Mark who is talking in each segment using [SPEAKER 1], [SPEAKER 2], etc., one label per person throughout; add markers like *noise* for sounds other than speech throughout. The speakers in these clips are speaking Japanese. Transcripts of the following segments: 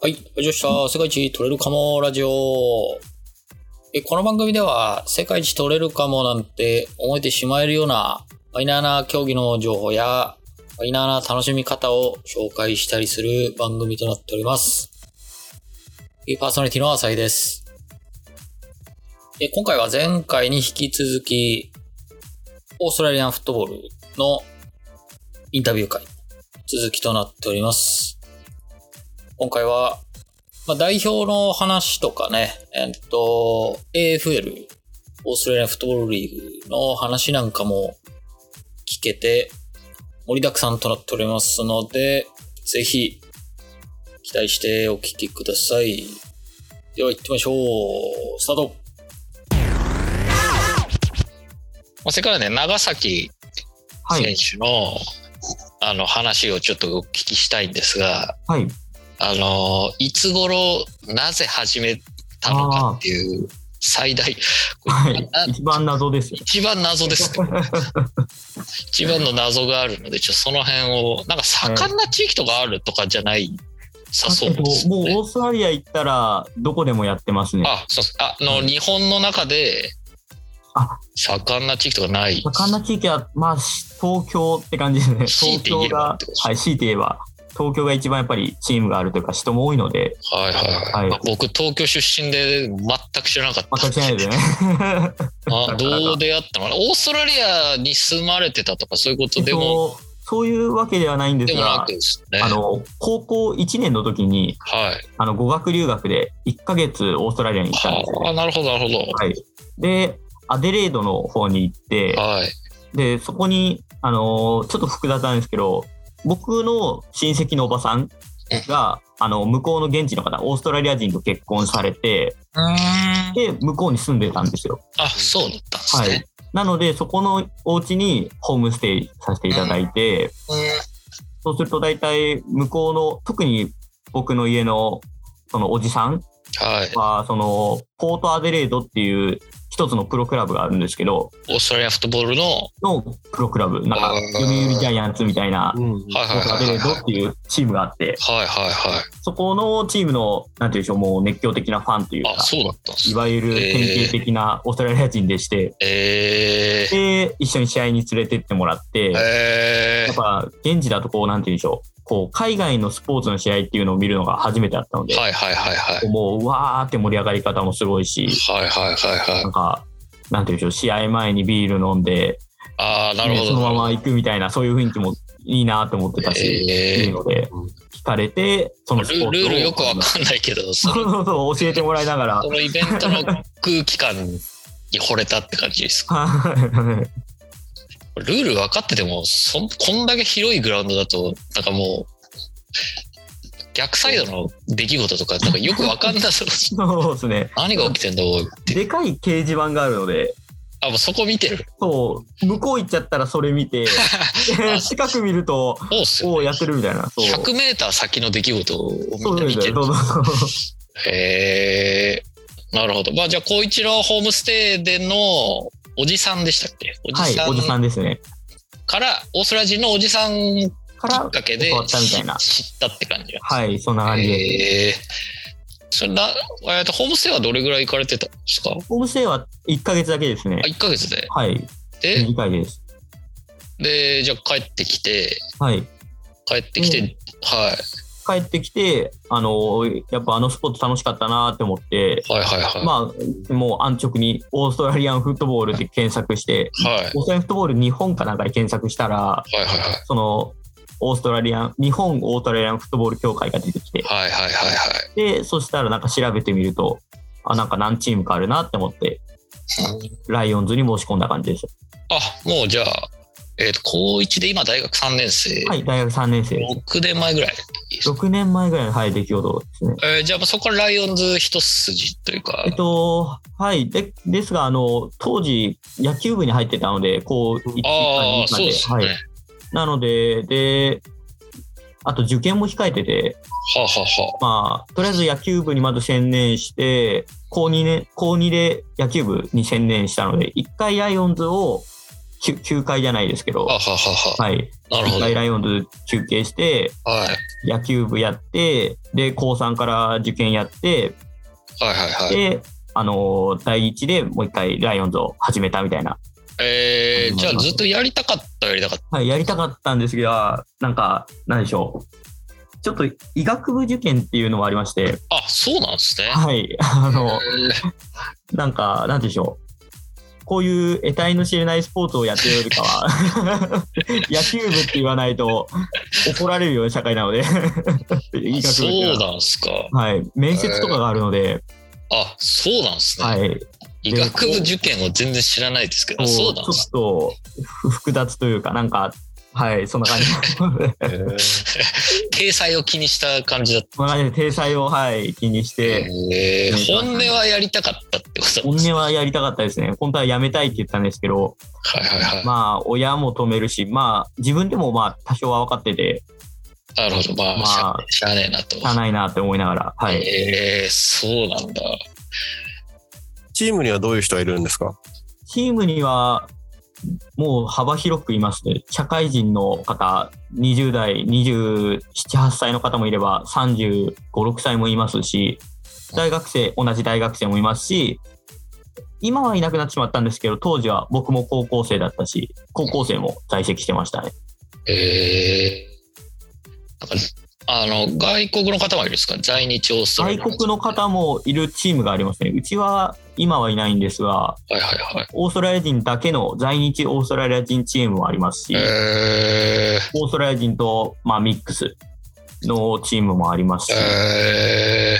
[SPEAKER 1] はい。始ました。世界一取れるかもラジオ。え、この番組では、世界一取れるかもなんて思えてしまえるような、マイナーな競技の情報や、マイナーな楽しみ方を紹介したりする番組となっております。えパーソナリティの浅井です。え、今回は前回に引き続き、オーストラリアンフットボールのインタビュー会、続きとなっております。今回は、まあ、代表の話とかね、えっと、AFL、オーストラリアンフットボールリーグの話なんかも聞けて、盛りだくさんとなっておりますので、ぜひ、期待してお聞きください。では行ってみましょう。スタート
[SPEAKER 2] まあ、せっかくね、長崎
[SPEAKER 3] は
[SPEAKER 2] 選
[SPEAKER 3] い。
[SPEAKER 2] 手の、あの、話をちょっとお聞きしたいんですが、
[SPEAKER 3] はい。
[SPEAKER 2] あの、いつ頃、なぜ始めたのかっていう、最大、これ
[SPEAKER 3] はい
[SPEAKER 2] あ
[SPEAKER 3] 一番謎ですよ。
[SPEAKER 2] 一番謎
[SPEAKER 3] *laughs*
[SPEAKER 2] ですね。一番の謎があるので、ちょっとその辺を、なんか盛んな地域とかあるとかじゃない、さそうです
[SPEAKER 3] もう
[SPEAKER 2] よ
[SPEAKER 3] オ
[SPEAKER 2] ね。
[SPEAKER 3] ーストラリア行ったら、どこでもやってますね。
[SPEAKER 2] あ、そうっすあの、日本の中で
[SPEAKER 3] あ、
[SPEAKER 2] 盛んな地域とかない。
[SPEAKER 3] 盛んな地域は、まあ、し東京って感じですね。
[SPEAKER 2] 強い
[SPEAKER 3] 東
[SPEAKER 2] て言え
[SPEAKER 3] 京
[SPEAKER 2] ば
[SPEAKER 3] が
[SPEAKER 2] ってことで、すね
[SPEAKER 3] はい、強いて言えば、東京が一番やっぱりチームがあるというか、人も多いので、
[SPEAKER 2] はいはいはい。
[SPEAKER 3] はい
[SPEAKER 2] まあ僕、東京出身で全く知らなかった。
[SPEAKER 3] 全くしないですね。
[SPEAKER 2] あ
[SPEAKER 3] なかなか
[SPEAKER 2] どう出会ったのかなオーストラリアに住まれてたとか *laughs* そういうことでも、
[SPEAKER 3] そうそういうわけではないんで
[SPEAKER 2] ですもな
[SPEAKER 3] が
[SPEAKER 2] く、ですね。
[SPEAKER 3] あ
[SPEAKER 2] は
[SPEAKER 3] の、高校1年の時に、
[SPEAKER 2] い。
[SPEAKER 3] あの、語学留学で1ヶ月オーストラリアに行ったんですよ
[SPEAKER 2] はあ、
[SPEAKER 3] ね。
[SPEAKER 2] なるほど、なるほど。
[SPEAKER 3] はい。で、アデレードの方に行って、
[SPEAKER 2] はい。
[SPEAKER 3] で、そこに、あのーちょっと複雑なんですけど、僕の親戚のおばさんが、あの、向こうの現地の方、オーストラリア人と結婚されて、で、向こうに住んでたんですよ。
[SPEAKER 2] あ、そうだったんです
[SPEAKER 3] は
[SPEAKER 2] ね
[SPEAKER 3] い。。なので、そこのお家にホームステイさせていただいて、そうすると大体向こうの、特に僕の家の、そのおじさん
[SPEAKER 2] はい。
[SPEAKER 3] は、その、ポートアデレードっていう一つのプロクラブがあるんですけど、
[SPEAKER 2] オーストラリアフットボールの、は
[SPEAKER 3] のプロクラブ、なんか
[SPEAKER 2] あー、
[SPEAKER 3] 読売ジャイアンツみたいな、
[SPEAKER 2] いはい
[SPEAKER 3] ア
[SPEAKER 2] はい
[SPEAKER 3] ベレ
[SPEAKER 2] はい。
[SPEAKER 3] ードっていうチームがあって、
[SPEAKER 2] はいはいは
[SPEAKER 3] そこのチームの、なんていうんでしょう、もう熱狂的なファンという
[SPEAKER 2] い。あ、
[SPEAKER 3] か、
[SPEAKER 2] そうだったんです
[SPEAKER 3] い
[SPEAKER 2] ね。
[SPEAKER 3] わゆる典型的なオーストラリア人でして、
[SPEAKER 2] えー。
[SPEAKER 3] で、一緒に試合に連れてってもらって、や
[SPEAKER 2] え
[SPEAKER 3] っぱ現地だとこう、なんていうんでしょう、こう、海外のスポーツの試合っていうのを見るのが初めてだったので、
[SPEAKER 2] ー。はいはいはいはい。
[SPEAKER 3] もう、うわーって盛り上がり方もすごいし、
[SPEAKER 2] はいはいはいは。
[SPEAKER 3] ないんか、なんていうんでしょう、試合前にビール飲んで、
[SPEAKER 2] あー、なるほ
[SPEAKER 3] ね
[SPEAKER 2] ど。
[SPEAKER 3] そのまま行くみたいな、そういう雰囲気もいいなと思ってたし、って
[SPEAKER 2] え
[SPEAKER 3] いう
[SPEAKER 2] ー。
[SPEAKER 3] ので、聞かれて、そのスポーツ
[SPEAKER 2] ル
[SPEAKER 3] を
[SPEAKER 2] ルールよくわかんないけど、そ
[SPEAKER 3] そ
[SPEAKER 2] の
[SPEAKER 3] うそうそう、教えてもらいながら
[SPEAKER 2] そ。のイベントの空気感に惚れたって感じですか
[SPEAKER 3] はい
[SPEAKER 2] ルール分かっててもそんこんだけ広いグラウンドだとなんかもう逆サイドの出来事とかなんかよく分かんな
[SPEAKER 3] *laughs*
[SPEAKER 2] そう
[SPEAKER 3] そうですね。
[SPEAKER 2] 何が起きてんだおいって
[SPEAKER 3] でかい掲示板があるので、
[SPEAKER 2] あもうそこ見てる
[SPEAKER 3] そう、向こう行っちゃったらそれ見
[SPEAKER 2] *laughs*
[SPEAKER 3] て、
[SPEAKER 2] あ
[SPEAKER 3] 近く見ると、
[SPEAKER 2] そうっす
[SPEAKER 3] お
[SPEAKER 2] よ、
[SPEAKER 3] お、
[SPEAKER 2] ね、
[SPEAKER 3] やってるみたいな。そう。
[SPEAKER 2] 100m 先の出来事を
[SPEAKER 3] そ
[SPEAKER 2] みん
[SPEAKER 3] う
[SPEAKER 2] な
[SPEAKER 3] で
[SPEAKER 2] 見
[SPEAKER 3] す
[SPEAKER 2] て
[SPEAKER 3] ね。
[SPEAKER 2] る
[SPEAKER 3] そうそうそう。
[SPEAKER 2] へえなるほどまあじゃあ高一のホームステイでのおじさんでしたっけお
[SPEAKER 3] は
[SPEAKER 2] じさ
[SPEAKER 3] い、おじさ
[SPEAKER 2] ん
[SPEAKER 3] んですね。
[SPEAKER 2] からオーストラリア人のおじさんき
[SPEAKER 3] か
[SPEAKER 2] っ
[SPEAKER 3] ら、
[SPEAKER 2] かけで
[SPEAKER 3] 教わったみたいな
[SPEAKER 2] 知知ったって感じ
[SPEAKER 3] はい、そんな感じで。
[SPEAKER 2] へえそれな、えーと、ホームステイはどれぐらい行かれてたんですか
[SPEAKER 3] ホームステイは1ヶ月だけですね
[SPEAKER 2] あ、。1ヶ月で。
[SPEAKER 3] はい、
[SPEAKER 2] で、
[SPEAKER 3] 短いです。
[SPEAKER 2] で、じゃあ帰ってきて、
[SPEAKER 3] はい。
[SPEAKER 2] 帰ってきて、
[SPEAKER 3] う
[SPEAKER 2] はい、
[SPEAKER 3] 帰ってきて、あの、やっぱあのスポット楽しかったなって思って、
[SPEAKER 2] はいはいはい。
[SPEAKER 3] まあ、もう安直にオーストラリアンフットボールって検索して、
[SPEAKER 2] はい。
[SPEAKER 3] オーストラリアンフットボール日本かなんかで検索したら、
[SPEAKER 2] はいはいはい。
[SPEAKER 3] その、オーストラリアン、日本オーストラリアンフットボール協会が出てきて、
[SPEAKER 2] はいはいはいはい。
[SPEAKER 3] で、そしたらなんか調べてみると、あ、なんか何チームかあるなって思って、ライオンズに申し込んだ感じです。
[SPEAKER 2] あ、もうじゃあ、えーと、高1で今大学3年生、
[SPEAKER 3] はい、大学3年生。
[SPEAKER 2] 6年前ぐらい。
[SPEAKER 3] 6年前ぐらいの、はい、出来事ですね。
[SPEAKER 2] えーじゃあまあそこからライオンズ一筋というか
[SPEAKER 3] えっ、と、はい、でですが、あの、当時、野球部に入ってたので、こう、1期
[SPEAKER 2] ああ、そうですね。
[SPEAKER 3] は
[SPEAKER 2] はい
[SPEAKER 3] い。なので、で、あと受験も控えてて、
[SPEAKER 2] はあ、はあは
[SPEAKER 3] まあ、とりあえず野球部にまず専念して、高2,、ね、高2で野球部に専念したので、1回ライオンズをきゅ球界じゃないですけど、
[SPEAKER 2] はあ、は
[SPEAKER 3] は。
[SPEAKER 2] あはあはいあ、なるほど。は
[SPEAKER 3] 大
[SPEAKER 2] い。
[SPEAKER 3] ライオンズ中継して、
[SPEAKER 2] はい
[SPEAKER 3] 野球部やって、で、高3から受験やって、
[SPEAKER 2] はいはい。
[SPEAKER 3] で、あのー第一でもう一回ライオンズを始めたみたいな。
[SPEAKER 2] えー、じゃあずっとやりたかったやりたかった。
[SPEAKER 3] はい、やりたかったんですが、なんか、なんでしょう。ちょっと医学部受験っていうのもありまして、
[SPEAKER 2] あ、そうなんですね。
[SPEAKER 3] はい、あの、
[SPEAKER 2] えー
[SPEAKER 3] なんか、なんでしょう。こういう得体の知れないスポーツをやってるよりかは、 *laughs* 野球部って言わないと怒られるような社会なので、医
[SPEAKER 2] あ
[SPEAKER 3] 学部
[SPEAKER 2] そ
[SPEAKER 3] っていう
[SPEAKER 2] う
[SPEAKER 3] のは
[SPEAKER 2] なんすか。
[SPEAKER 3] はい、面接とかがあるので、
[SPEAKER 2] あ、そうなんすね。
[SPEAKER 3] はい、
[SPEAKER 2] 医学部受験を全然知らないですけど、あ
[SPEAKER 3] こ
[SPEAKER 2] そう
[SPEAKER 3] うち
[SPEAKER 2] なんで
[SPEAKER 3] ょ
[SPEAKER 2] す
[SPEAKER 3] っとふ複雑というか、なんか、はい、そんな感じ。 *laughs* そんな
[SPEAKER 2] ね。 *laughs* 体裁を気にした感じだっ。
[SPEAKER 3] 感じで、体裁を、はい、気にしたて、
[SPEAKER 2] えー、本音はやりたかったってこと
[SPEAKER 3] 本
[SPEAKER 2] なんですね
[SPEAKER 3] 音はやりたかったですね。本当はやめたいって言ったんですけど、
[SPEAKER 2] はいはいはい。
[SPEAKER 3] まあ、親も止めるし、まあ、自分でもまあ、多少は分かってて、
[SPEAKER 2] なるほど。まあ、
[SPEAKER 3] まあ
[SPEAKER 2] しゃしゃあねえなと。
[SPEAKER 3] しゃあないなって思いながら、はい。
[SPEAKER 2] えー、そうなんだ。
[SPEAKER 4] チームにはどういう人がいるんですか
[SPEAKER 3] チームには、もう幅広くいますね。社会人の方、20代、27、8歳の方もいれば、35、6歳もいますし、大学生、同じ大学生もいますし、今はいなくなってしまったんですけど、当時は僕も高校生だったし、高校生も在籍してましたね。
[SPEAKER 2] えー、なんか、あの、外国の方もいるんですか在日オーストラリ
[SPEAKER 3] 外
[SPEAKER 2] ア
[SPEAKER 3] 国の方もいるチームがありますね。うちは今はいないんですが、
[SPEAKER 2] はいはいはい。
[SPEAKER 3] オーストラリア人だけの在日オーストラリア人チームもありますし、
[SPEAKER 2] え
[SPEAKER 3] オーストラリア人と、まあ、ミックスのチームもあります
[SPEAKER 2] ー、
[SPEAKER 3] し、
[SPEAKER 2] え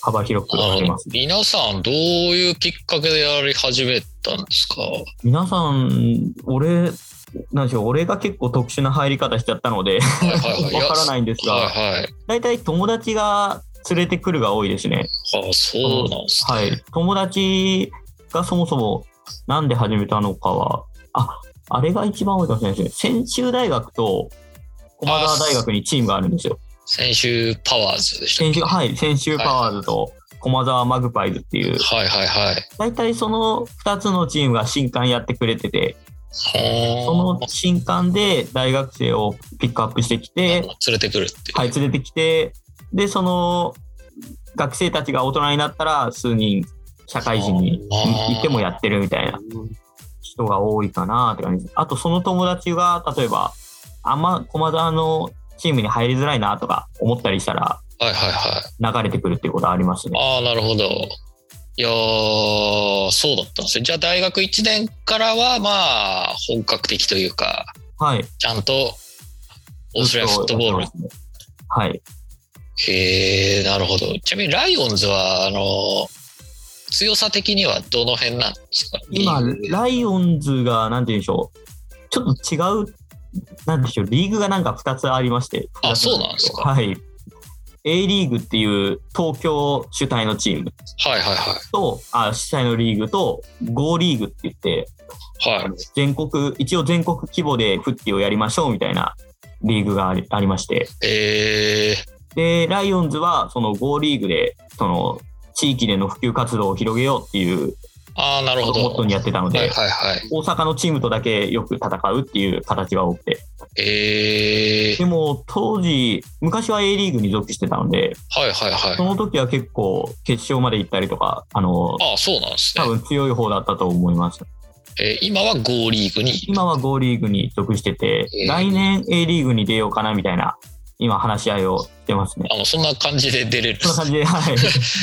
[SPEAKER 3] 幅広く
[SPEAKER 2] ー、
[SPEAKER 3] あ
[SPEAKER 2] あ
[SPEAKER 3] り
[SPEAKER 2] の
[SPEAKER 3] ます、ね。
[SPEAKER 2] 皆さん、どういうきっかけでやり始めたんですか
[SPEAKER 3] 皆さん、俺、なんでしょう、俺が結構特殊な入り方しちゃったので、
[SPEAKER 2] はいはいはい。
[SPEAKER 3] *laughs* わから
[SPEAKER 2] い
[SPEAKER 3] ないんです
[SPEAKER 2] や
[SPEAKER 3] が、
[SPEAKER 2] はいはい。
[SPEAKER 3] 大体友達が連れてくるが多いですね。
[SPEAKER 2] あそうなんですね。
[SPEAKER 3] はい。友達がそもそもなんで始めたのかは、あ、あれが一番多いかもしれないですね。専修大学と駒澤大学にチームがあるんですよ。
[SPEAKER 2] 先週、パワーズでしたっ
[SPEAKER 3] 先
[SPEAKER 2] け
[SPEAKER 3] 週、はい、先週パワーズと駒沢マグパイズっていう、
[SPEAKER 2] はいはいはい。
[SPEAKER 3] 大体その2つのチームが新刊やってくれてて、その新刊で大学生をピックアップしてき
[SPEAKER 2] あ
[SPEAKER 3] て
[SPEAKER 2] の、連れてくるっていう。
[SPEAKER 3] はい、連れてきて、で、その学生たちが大人になったら数人社会人に
[SPEAKER 2] あー
[SPEAKER 3] いてもやってるみたいな人が多いかなって感じです。あとその友達が例えば、あんま駒沢のチームに入りづらいなとか思ったりしたら
[SPEAKER 2] はいはいはい。
[SPEAKER 3] 流れてくるっていうことはありますね。
[SPEAKER 2] ああ、なるほど。いやー、そうだったんですね。じゃあ、大学1年からは、まあ、本格的というか、
[SPEAKER 3] はい。
[SPEAKER 2] ちゃんと、オーストラリアフットボール。
[SPEAKER 3] はい。
[SPEAKER 2] へえ、なるほど。ちなみに、ライオンズは、あの、強さ的にはどの辺なんですか
[SPEAKER 3] 今、
[SPEAKER 2] リーグ
[SPEAKER 3] ライオンズが、なんて言うんでしょう。ちょっと違う、なんでしょう、リーグがなんか2つありまして。
[SPEAKER 2] あ
[SPEAKER 3] 二つ
[SPEAKER 2] そうなんですか
[SPEAKER 3] はい。A リーグっていう東京主体のチーム
[SPEAKER 2] はいはいは
[SPEAKER 3] と、あ、主体のリーグと、GO リーグって言って、
[SPEAKER 2] い。はい。
[SPEAKER 3] 全国、一応全国規模でフッティをやりましょうみたいなリーグがありありまして。
[SPEAKER 2] え
[SPEAKER 3] で、ライオンズは、その GO リーグで、その、地域での普及活動を広げようっていう
[SPEAKER 2] ー、ああ、なるほ
[SPEAKER 3] ことをモット
[SPEAKER 2] ど。
[SPEAKER 3] ーにやってたので、
[SPEAKER 2] はいはいはい。
[SPEAKER 3] 大阪のチームとだけよく戦うっていう形が多くて。
[SPEAKER 2] えー
[SPEAKER 3] で、も当時、昔は A リーグに属してたので、
[SPEAKER 2] はいはい
[SPEAKER 3] そ
[SPEAKER 2] は
[SPEAKER 3] の時は結構決勝まで行ったりとか、あの、
[SPEAKER 2] い。ああ、そうなんですね
[SPEAKER 3] 多。分強い方だったと思います。
[SPEAKER 2] えー今は5リーグに。
[SPEAKER 3] 今は5リーグに属してて
[SPEAKER 2] えー、
[SPEAKER 3] 来年 A リーグに出ようかなみたいな、今話し合いをしてますね。
[SPEAKER 2] あの、そんな感じで出
[SPEAKER 3] *laughs*
[SPEAKER 2] れるんで
[SPEAKER 3] そんな
[SPEAKER 2] す *laughs*
[SPEAKER 3] 感じで、はい。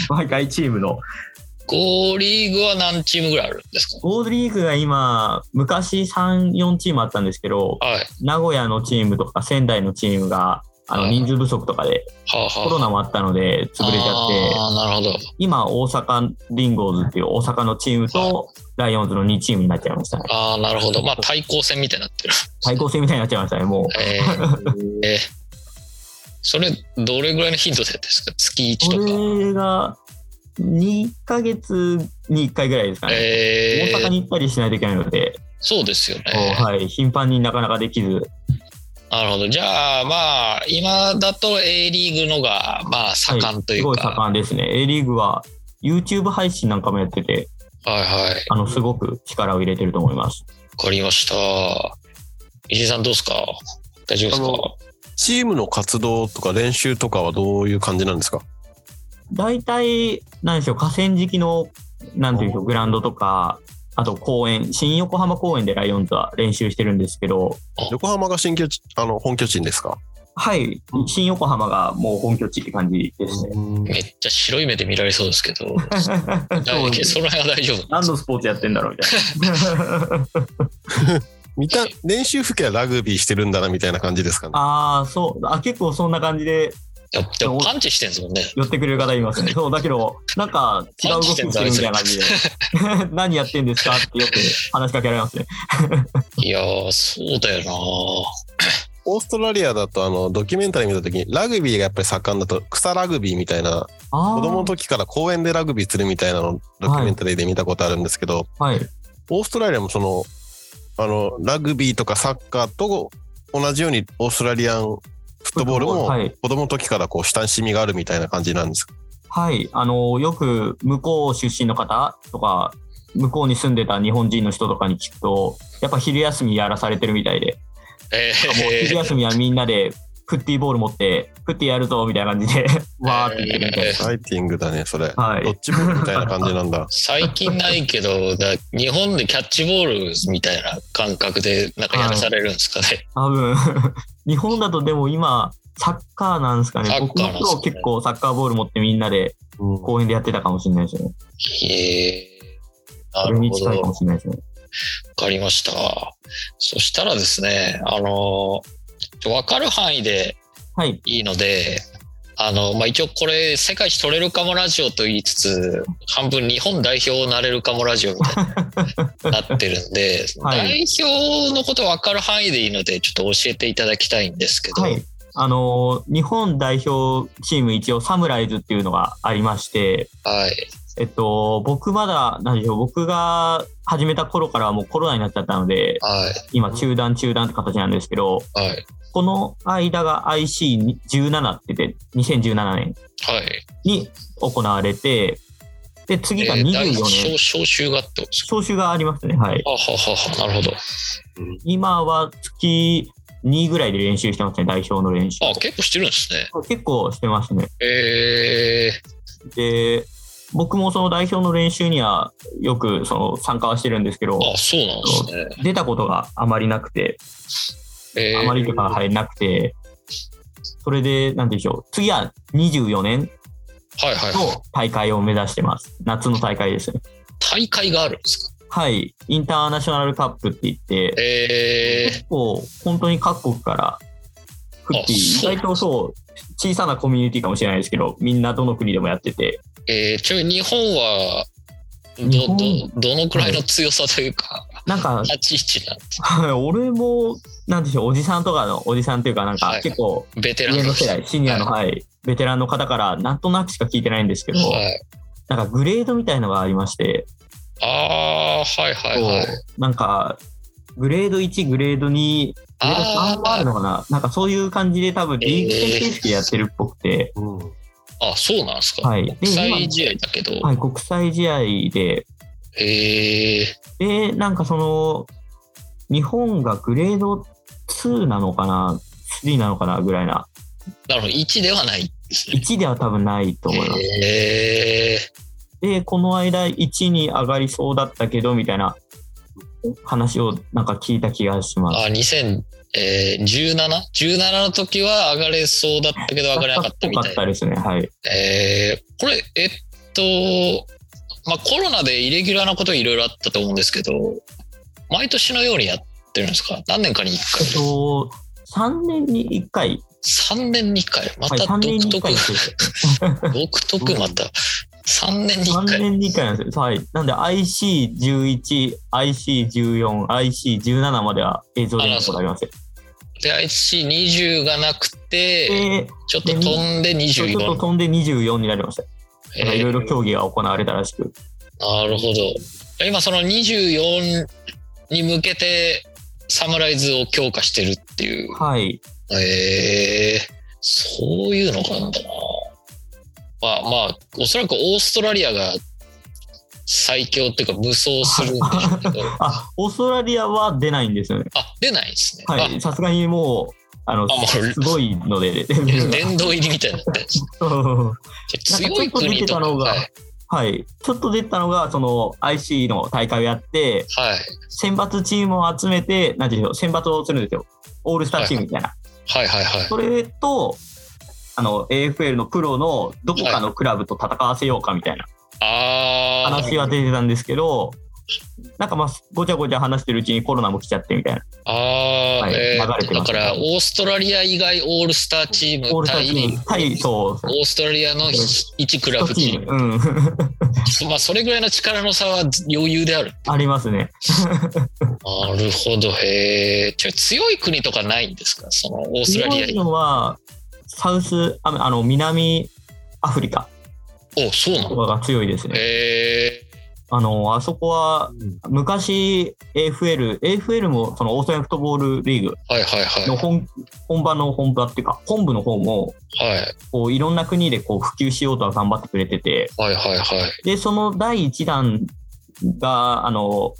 [SPEAKER 3] 毎回チームの。
[SPEAKER 2] 5リーグは何チームぐらいあるんですか
[SPEAKER 3] 5リーグが今、昔3、4チームあったんですけど、
[SPEAKER 2] はい。
[SPEAKER 3] 名古屋のチームとか仙台のチームが、あ
[SPEAKER 2] は
[SPEAKER 3] の
[SPEAKER 2] い
[SPEAKER 3] 人数不足とかで
[SPEAKER 2] はあ、はあ、
[SPEAKER 3] コロナもあったので潰れちゃって、
[SPEAKER 2] ああ、なるほど。
[SPEAKER 3] 今、大阪リンゴーズっていう大阪のチームとライオンズの2チームになっちゃいましたね。
[SPEAKER 2] ああ、なるほど。まあ、対抗戦みたいになってる。
[SPEAKER 3] 対抗戦みたいになっちゃいましたね、もう。
[SPEAKER 2] えーえーそれ、どれぐらいの頻度でですか月1
[SPEAKER 3] こと
[SPEAKER 2] か。
[SPEAKER 3] れが2ヶ月に1回ぐらいですかね。
[SPEAKER 2] え
[SPEAKER 3] 大阪
[SPEAKER 2] ー、
[SPEAKER 3] に行ったりしないといけないので、
[SPEAKER 2] そうですよね。
[SPEAKER 3] こうはい、頻繁になかなかできず、
[SPEAKER 2] なるほど。じゃあ、まあ、今だと A リーグのが、まあ、盛んとい
[SPEAKER 3] す
[SPEAKER 2] う
[SPEAKER 3] ごい
[SPEAKER 2] か。
[SPEAKER 3] 盛んですね。A リーグは YouTube 配信なんかもやってて、
[SPEAKER 2] はいはい。わ
[SPEAKER 3] あの、すごく力を入れてると思います。
[SPEAKER 2] かりました。石井さんどうですか大丈夫ですか
[SPEAKER 4] あチームの活動とか練習とかはどういう感じなんですか
[SPEAKER 3] 大体、なんでしょう、河川敷の、なんていう
[SPEAKER 4] お
[SPEAKER 3] の、グラウンドとか、あと公園、新横浜公園でライオンズは練習してるんですけど、
[SPEAKER 4] 横浜が新拠地、あの、本拠地ですか
[SPEAKER 3] はい、新横浜がもう本拠地って感じですね。
[SPEAKER 2] めっちゃ白い目で見られそうですけ
[SPEAKER 3] *laughs*
[SPEAKER 2] ど、
[SPEAKER 3] そう
[SPEAKER 2] 大その辺は大丈夫。
[SPEAKER 3] 何のスポーツやってんだろうみたいな。
[SPEAKER 4] *laughs* 見た、練習風景はラグビーしてるんだなみたいな感じですかね。
[SPEAKER 3] ああ、そう、あ結構そんな感じで
[SPEAKER 2] でもでもパンチしてんですもんね。
[SPEAKER 3] 寄ってくれる方います
[SPEAKER 4] *laughs*
[SPEAKER 3] ね。そう、だけど、なんか違う動きしてるみたいな感じで、 *laughs* 何やってんですかってよく話しかけられますね。
[SPEAKER 2] いやー、そうだよ
[SPEAKER 4] オーストラリアだと、あの、ドキュメンタリー見た時に、ラグビーがやっぱり盛んだと、草ラグビーみたいな、
[SPEAKER 3] あー
[SPEAKER 4] 子供の時から公園でラグビーするみたいなの、ドキュメンタリーで見たことあるんですけど、
[SPEAKER 3] はい。
[SPEAKER 4] オーストラリアもその、あの、ラグビーとかサッカーと同じようにオーストラリアンフットボールも
[SPEAKER 3] はい。
[SPEAKER 4] 子供の時からこう親しみがあるみたいな感じなんですか
[SPEAKER 3] はい。あの、よく向こう出身の方とか、向こうに住んでた日本人の人とかに聞くと、やっぱ昼休みやらされてるみたいで、
[SPEAKER 2] なえー。
[SPEAKER 3] もう昼休みはみんなで、フッティーボール持って、フッティーやるぞみたいな感じで、わーって言ってるみたいです。
[SPEAKER 4] ファイティングだね、それ。
[SPEAKER 3] はい
[SPEAKER 4] どっちもみたいな感じなんだ
[SPEAKER 2] 最近ないけど、だ日本でキャッチボールみたいな感覚でなんかやらされるんですかね。
[SPEAKER 3] 多分 *laughs* 日本だとでも今サッカーなんですかね
[SPEAKER 2] サッカー
[SPEAKER 3] 僕の
[SPEAKER 2] なんです
[SPEAKER 3] 頃
[SPEAKER 2] ね
[SPEAKER 3] 結構サッカーボール持ってみんなで
[SPEAKER 4] *laughs* うん
[SPEAKER 3] 公園でやってたかもしれないですよね
[SPEAKER 2] えー、な
[SPEAKER 3] そ
[SPEAKER 2] る
[SPEAKER 3] れに
[SPEAKER 2] ほど。
[SPEAKER 3] 近いか
[SPEAKER 2] わ
[SPEAKER 3] もしれないですね
[SPEAKER 2] かりました。そしたらですね、あのー、わかる範囲で
[SPEAKER 3] はい
[SPEAKER 2] いいので、あの、まあ、一応これ、世界一取れるかもラジオと言いつつ、半分日本代表をなれるかもラジオみ
[SPEAKER 3] *laughs*
[SPEAKER 2] たいになってるんで、
[SPEAKER 3] はい
[SPEAKER 2] 代表のこと分かる範囲でいいので、ちょっと教えていただきたいんですけど、
[SPEAKER 3] はいあのー日本代表チーム一応サムライズっていうのがありまして
[SPEAKER 2] はい。
[SPEAKER 3] えっと僕まだ何でしょう僕が始めた頃からはもうコロナになっちゃったので
[SPEAKER 2] はい。
[SPEAKER 3] 今中断中断って形なんですけど
[SPEAKER 2] はい。
[SPEAKER 3] この間が IC17 って言って2017年
[SPEAKER 2] はい。
[SPEAKER 3] に行われて、で、次が
[SPEAKER 2] えー代
[SPEAKER 3] 24
[SPEAKER 2] 表
[SPEAKER 3] 年、
[SPEAKER 2] 招集があってことですか
[SPEAKER 3] 招集がありますね。はい。
[SPEAKER 2] あはははなるほど。
[SPEAKER 3] 今は月2ぐらいで練習してますね、代表の練習。
[SPEAKER 2] あ、結構してるんですね。
[SPEAKER 3] 結構してますね。
[SPEAKER 2] え
[SPEAKER 3] で、僕もその代表の練習にはよくその参加はしてるんですけど
[SPEAKER 2] ー、、あ、そうなんですね。
[SPEAKER 3] 出たことがあまりなくて、
[SPEAKER 2] えー
[SPEAKER 3] あまりとか入れなくて、それで、なんて言うんでしょう、次は24年
[SPEAKER 2] はいはいはい。
[SPEAKER 3] の大会を目指してます。夏の大会ですね。
[SPEAKER 2] 大会があるんですか
[SPEAKER 3] はい。インターナショナルカップって言って、
[SPEAKER 2] えー
[SPEAKER 3] 結構本当に各国からフッ
[SPEAKER 2] あ
[SPEAKER 3] ティー
[SPEAKER 2] そう
[SPEAKER 3] 意外とそう小さなコミュニティかもしれないですけどみんなどの国でもやってて
[SPEAKER 2] えー、ちなみに日本はど
[SPEAKER 3] 日本
[SPEAKER 2] どどのくらいの強さというか、
[SPEAKER 3] なんか *laughs*
[SPEAKER 2] 立ち位置なんです
[SPEAKER 3] 俺もなんでしょうおじさんとかのおじさんというかなん
[SPEAKER 2] は
[SPEAKER 3] か
[SPEAKER 2] い
[SPEAKER 3] 結構
[SPEAKER 2] ベテラン
[SPEAKER 3] 上
[SPEAKER 2] の
[SPEAKER 3] の世代シニアのはいベテランの方からなんとなくしか聞いてないんですけど
[SPEAKER 2] はい、
[SPEAKER 3] なんかグレードみたいのがありまして
[SPEAKER 2] ああーはいはい
[SPEAKER 3] こ
[SPEAKER 2] はい。
[SPEAKER 3] うなんかグレード1グレード2グレード3
[SPEAKER 2] あ
[SPEAKER 3] もある
[SPEAKER 2] ー
[SPEAKER 3] のかななんかそういう感じで多分リーグ戦形式でやってるっぽくて
[SPEAKER 4] うん
[SPEAKER 2] あそうなんですか。
[SPEAKER 3] はいで
[SPEAKER 2] 国
[SPEAKER 3] 今
[SPEAKER 2] 際試合だけど、
[SPEAKER 3] はい国際試合で
[SPEAKER 2] えー、
[SPEAKER 3] で、なんかその、日本がグレード2なのかな、3なのかなぐらいな、
[SPEAKER 2] なるほど、1ではないですね。
[SPEAKER 3] 1では多分ないと思います。
[SPEAKER 2] え
[SPEAKER 3] で、この間1に上がりそうだったけど、みたいな話をなんか聞いた気がし
[SPEAKER 2] ー、
[SPEAKER 3] ます。
[SPEAKER 2] あ2017、えー、17?17 の時は上がれそうだったけど上がれなかったみ
[SPEAKER 3] か
[SPEAKER 2] た
[SPEAKER 3] っ
[SPEAKER 2] いな
[SPEAKER 3] た。ですね、はい。
[SPEAKER 2] えー、これ、えっと、まあ、コロナでイレギュラーなこといろいろあったと思うんですけど、毎年のようにやってるんですか何年かに1
[SPEAKER 3] えっ
[SPEAKER 2] 回
[SPEAKER 3] と、3年に1回、
[SPEAKER 2] ?3 年に1回ま
[SPEAKER 3] はい、
[SPEAKER 2] た
[SPEAKER 3] 3年
[SPEAKER 2] 独
[SPEAKER 3] に1
[SPEAKER 2] 特、
[SPEAKER 3] 回です。
[SPEAKER 2] 独特また。3年に
[SPEAKER 3] 3
[SPEAKER 2] 1回。
[SPEAKER 3] 年に1回なんですよ。はい。なんで IC11、IC14、IC17 までは映像で見たことあります。
[SPEAKER 2] で、IC20 がなくて、
[SPEAKER 3] で、
[SPEAKER 2] ちょっと飛んで
[SPEAKER 3] ちょっと
[SPEAKER 2] 24。
[SPEAKER 3] 飛んで24になりました。
[SPEAKER 2] え
[SPEAKER 3] いろい
[SPEAKER 2] ー
[SPEAKER 3] ろ競技が行われたらしく。
[SPEAKER 2] なるほど。今、その24に向けて、サムライズを強化してるっていう。
[SPEAKER 3] はい。
[SPEAKER 2] ええそういうのがあんだな。まあまあ、おそらくオーストラリアが最強っていうか無双するんでしょうけど
[SPEAKER 3] *laughs* あ、オーストラリアは出ないんですよね。
[SPEAKER 2] あ出ないですね、
[SPEAKER 3] はい。さすがにもう、あ
[SPEAKER 2] あ
[SPEAKER 3] の、
[SPEAKER 2] もう
[SPEAKER 3] すごいので、レベ
[SPEAKER 2] あ
[SPEAKER 3] ルが
[SPEAKER 2] 殿堂入りみたいになって強い国とか
[SPEAKER 3] なんかちょっと出てたのが
[SPEAKER 2] はい
[SPEAKER 3] *laughs* はい。ちょっと出たのが、その IC の大会をやって、
[SPEAKER 2] はい
[SPEAKER 3] 選抜チームを集めて、なんていうんでしょう、選抜をするんですよ。オールスターチームみたいな。
[SPEAKER 2] はいはいはい
[SPEAKER 3] それと、あの、AFL のプロのどこかのクラブと戦わせようかみたいな
[SPEAKER 2] あー
[SPEAKER 3] 話は出てたんですけど、なんかまあ、ごちゃごちゃ話してるうちにコロナも来ちゃってみたいな。
[SPEAKER 2] あー、
[SPEAKER 3] はい
[SPEAKER 2] えー
[SPEAKER 3] 流れて
[SPEAKER 2] だ
[SPEAKER 3] ます
[SPEAKER 2] か
[SPEAKER 3] ね
[SPEAKER 2] らオーストラリア以外オールスターチー
[SPEAKER 3] オー
[SPEAKER 2] ム
[SPEAKER 3] ルスター
[SPEAKER 2] 対
[SPEAKER 3] チーム、対、そう、
[SPEAKER 2] オーストラリアの1クラブチーム、
[SPEAKER 3] うん。 *laughs*
[SPEAKER 2] まあ、それぐらいの力の差は余裕である。
[SPEAKER 3] ありますね。
[SPEAKER 2] なるほど、へえ。ちょ強い国とかないんですか、そのオーストラ
[SPEAKER 3] 強
[SPEAKER 2] リア
[SPEAKER 3] い
[SPEAKER 2] に。
[SPEAKER 3] のは、サウス、ああの、南アフリカ
[SPEAKER 2] おそうな
[SPEAKER 3] と
[SPEAKER 2] の
[SPEAKER 3] かが強いですね。
[SPEAKER 2] へえ。
[SPEAKER 3] あの、あそこは、昔 AFL、AFL もそのオーストラリアフットボールリーグ
[SPEAKER 2] はいはいはい。
[SPEAKER 3] の本本場の本場っていうか、本部の方も、
[SPEAKER 2] はい
[SPEAKER 3] こういろんな国でこう普及しようとは頑張ってくれてて、
[SPEAKER 2] はいはいはい。
[SPEAKER 3] で、その第1弾が、あの、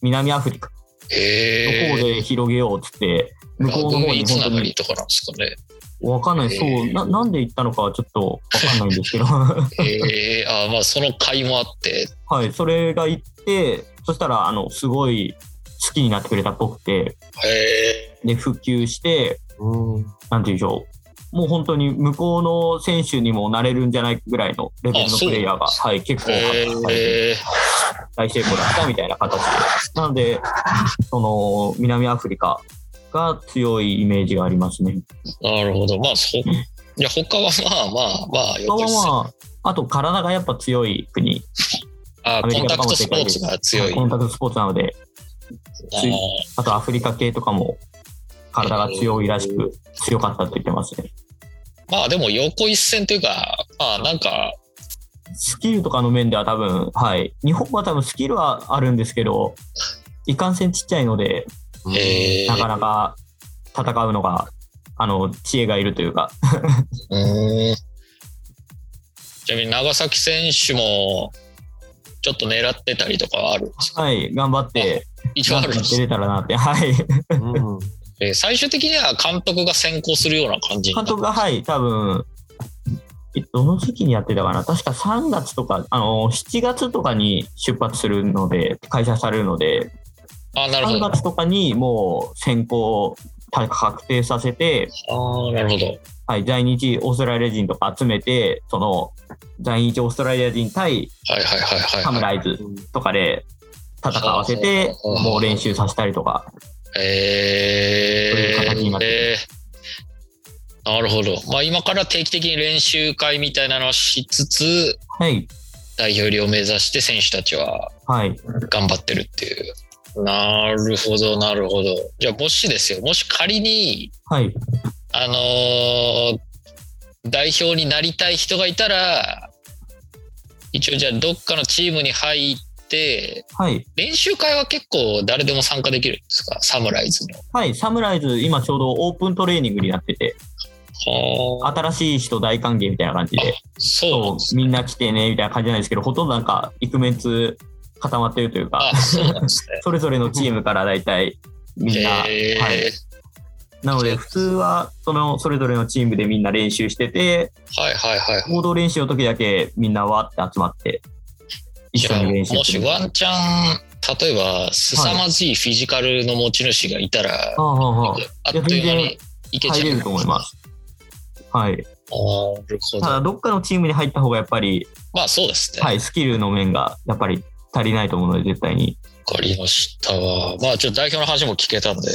[SPEAKER 3] 南アフリカの方
[SPEAKER 2] へえ。
[SPEAKER 3] で広げようっつって、向こう
[SPEAKER 2] ラグ
[SPEAKER 3] の方
[SPEAKER 2] ビー
[SPEAKER 3] に
[SPEAKER 2] つな
[SPEAKER 3] 本
[SPEAKER 2] が
[SPEAKER 3] 当
[SPEAKER 2] り
[SPEAKER 3] に、
[SPEAKER 2] とかなんですかね。
[SPEAKER 3] わかんない、そうな、なんで行ったのかはちょっとわかんないんですけ
[SPEAKER 2] *laughs*
[SPEAKER 3] ど、は
[SPEAKER 2] へえ。あまあ、その会もあって。
[SPEAKER 3] い、それが行って、そしたら、あの、すごい好きになってくれたっぽくて、
[SPEAKER 2] へえ。
[SPEAKER 3] で、普及して、
[SPEAKER 4] うん。
[SPEAKER 3] なんていうんでしょう、もう本当に向こうの選手にもなれるんじゃないぐらいのレベルのプレイヤーが、
[SPEAKER 2] あそ
[SPEAKER 3] はい、結構、はい
[SPEAKER 2] へえ。
[SPEAKER 3] 大成功だったみたいな形で。なので、その、南アフリカが強いイメージがありますね。
[SPEAKER 2] なるほど。まあ、そ。いや、他はまあまあまあ、
[SPEAKER 3] 他
[SPEAKER 2] よく
[SPEAKER 3] はまあ、あと体がやっぱ強い国。
[SPEAKER 2] あ
[SPEAKER 3] アメ
[SPEAKER 2] コ
[SPEAKER 3] リ
[SPEAKER 2] ン
[SPEAKER 3] カ
[SPEAKER 2] タ
[SPEAKER 3] とか
[SPEAKER 2] クトス
[SPEAKER 3] も世
[SPEAKER 2] ポ
[SPEAKER 3] 界
[SPEAKER 2] ー
[SPEAKER 3] で
[SPEAKER 2] ツが強い。
[SPEAKER 3] コンタクトスポーツなので、
[SPEAKER 2] あー
[SPEAKER 3] あとアフリカ系とかも体が強いらしく、強かったと言ってますね。
[SPEAKER 2] まあでも横一線というか、まあなんか、
[SPEAKER 3] スキルとかの面では多分、はい。日本は多分スキルはあるんですけど、いかんせんちっちゃいので、
[SPEAKER 2] え
[SPEAKER 3] なか
[SPEAKER 2] ー、
[SPEAKER 3] なか戦うのが、あの、知恵がいるというか、
[SPEAKER 2] うーんちなみに長崎選手も、ちょっと狙ってたりとかはあるんですか
[SPEAKER 3] はい、頑張って、
[SPEAKER 2] 一応
[SPEAKER 3] な
[SPEAKER 2] あ
[SPEAKER 3] ん
[SPEAKER 2] るん
[SPEAKER 3] か
[SPEAKER 2] です
[SPEAKER 3] 出れたらなって、はい。
[SPEAKER 4] うん。
[SPEAKER 2] えー最終的には監督が先行するような感じにな
[SPEAKER 3] 監
[SPEAKER 2] る
[SPEAKER 3] 督が、はい、多分、えどの時期にやってたかな確か3月とか、あの、7月とかに出発するので、開催されるので、
[SPEAKER 2] あーなるほ
[SPEAKER 3] 3
[SPEAKER 2] ど。
[SPEAKER 3] 月とかにもう選考を確定させて、
[SPEAKER 2] あーなるほど。
[SPEAKER 3] はい、在日オーストラリア人とか集めて、その、在日オーストラリア人対
[SPEAKER 2] はいはいはいはい。
[SPEAKER 3] サムライズとかで戦わせて、
[SPEAKER 2] うん
[SPEAKER 3] もう練習させたりとか、
[SPEAKER 2] えー
[SPEAKER 3] という形になって
[SPEAKER 2] えーなるほど。まあ今から定期的に練習会みたいなのはしつつ、
[SPEAKER 3] はい、
[SPEAKER 2] 代表入りを目指して選手たちは
[SPEAKER 3] はい、
[SPEAKER 2] 頑張ってるっていう。なるほど、なるほど。じゃあ、もしですよ、もし仮に、
[SPEAKER 3] はい、
[SPEAKER 2] あのー代表になりたい人がいたら、一応じゃあ、どっかのチームに入って、
[SPEAKER 3] はい、
[SPEAKER 2] 練習会は結構誰でも参加できるんですか、サムライズの。
[SPEAKER 3] はい、サムライズ、今ちょうどオープントレーニングになってて、
[SPEAKER 2] はあ、
[SPEAKER 3] 新しい人大歓迎みたいな感じで、
[SPEAKER 2] そうなんです
[SPEAKER 3] みんな来てねみたいな感じなんですけど、ほとんどなんか、イクメンツ固まってるというか
[SPEAKER 2] あ、、そうなんですね。
[SPEAKER 3] それぞれのチームから大体、みんな、は
[SPEAKER 2] へー
[SPEAKER 3] い。なので、普通は、その、それぞれのチームでみんな練習してて、
[SPEAKER 2] はいはいはい。
[SPEAKER 3] 合同練習の時だけみんなわーって集まって、一
[SPEAKER 2] じゃあ
[SPEAKER 3] 緒に
[SPEAKER 2] も
[SPEAKER 3] 練習す
[SPEAKER 2] し
[SPEAKER 3] る。
[SPEAKER 2] ワンチャン、例えば、凄まじいフィジカルの持ち主がいたら、
[SPEAKER 3] あああああ
[SPEAKER 2] あっという間にいけ
[SPEAKER 3] あ
[SPEAKER 2] ちゃう。
[SPEAKER 3] 入れると思います。はい。
[SPEAKER 2] なるほ
[SPEAKER 3] た
[SPEAKER 2] ど。
[SPEAKER 3] だ、どっかのチームに入った方がやっぱり、
[SPEAKER 2] まあそうですね。
[SPEAKER 3] は
[SPEAKER 2] わ
[SPEAKER 3] い、スキルの面がやっぱり足りないと思うので、絶対に。
[SPEAKER 2] かりましたわ。まあちょっと代表の話も聞けたんで、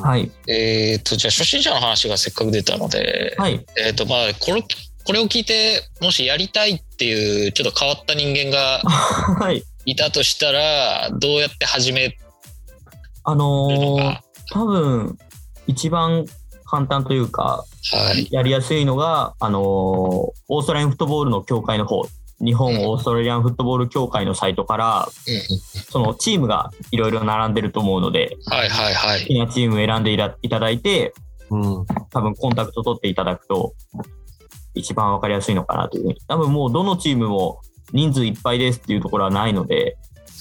[SPEAKER 3] はい。
[SPEAKER 2] えっ、と、じゃあ初心者の話がせっかく出たので、
[SPEAKER 3] はい。
[SPEAKER 2] えっ、と、まあこれ、これを聞いて、もしやりたいっていう、ちょっと変わった人間 *laughs* が
[SPEAKER 3] はい。
[SPEAKER 2] いたとしたら、どうやって始める
[SPEAKER 3] あの
[SPEAKER 2] の
[SPEAKER 3] ー
[SPEAKER 2] か。
[SPEAKER 3] 多分、一番簡単というか、
[SPEAKER 2] はい。
[SPEAKER 3] やりやすいのが、あのーオーストラリアンフットボールの協会の方、日本オーストラリアンフットボール協会のサイトから、
[SPEAKER 2] うんうん
[SPEAKER 3] そのチームがいろいろ並んでると思うので、
[SPEAKER 2] はいはいは
[SPEAKER 3] 好
[SPEAKER 2] い。
[SPEAKER 3] きなチームを選んでいらいただいて、
[SPEAKER 4] うん。
[SPEAKER 3] 多分コンタクト取っていただくと、一番わかりやすいのかなというふうに。多分もうどのチームも人数いっぱいですっていうところはないので、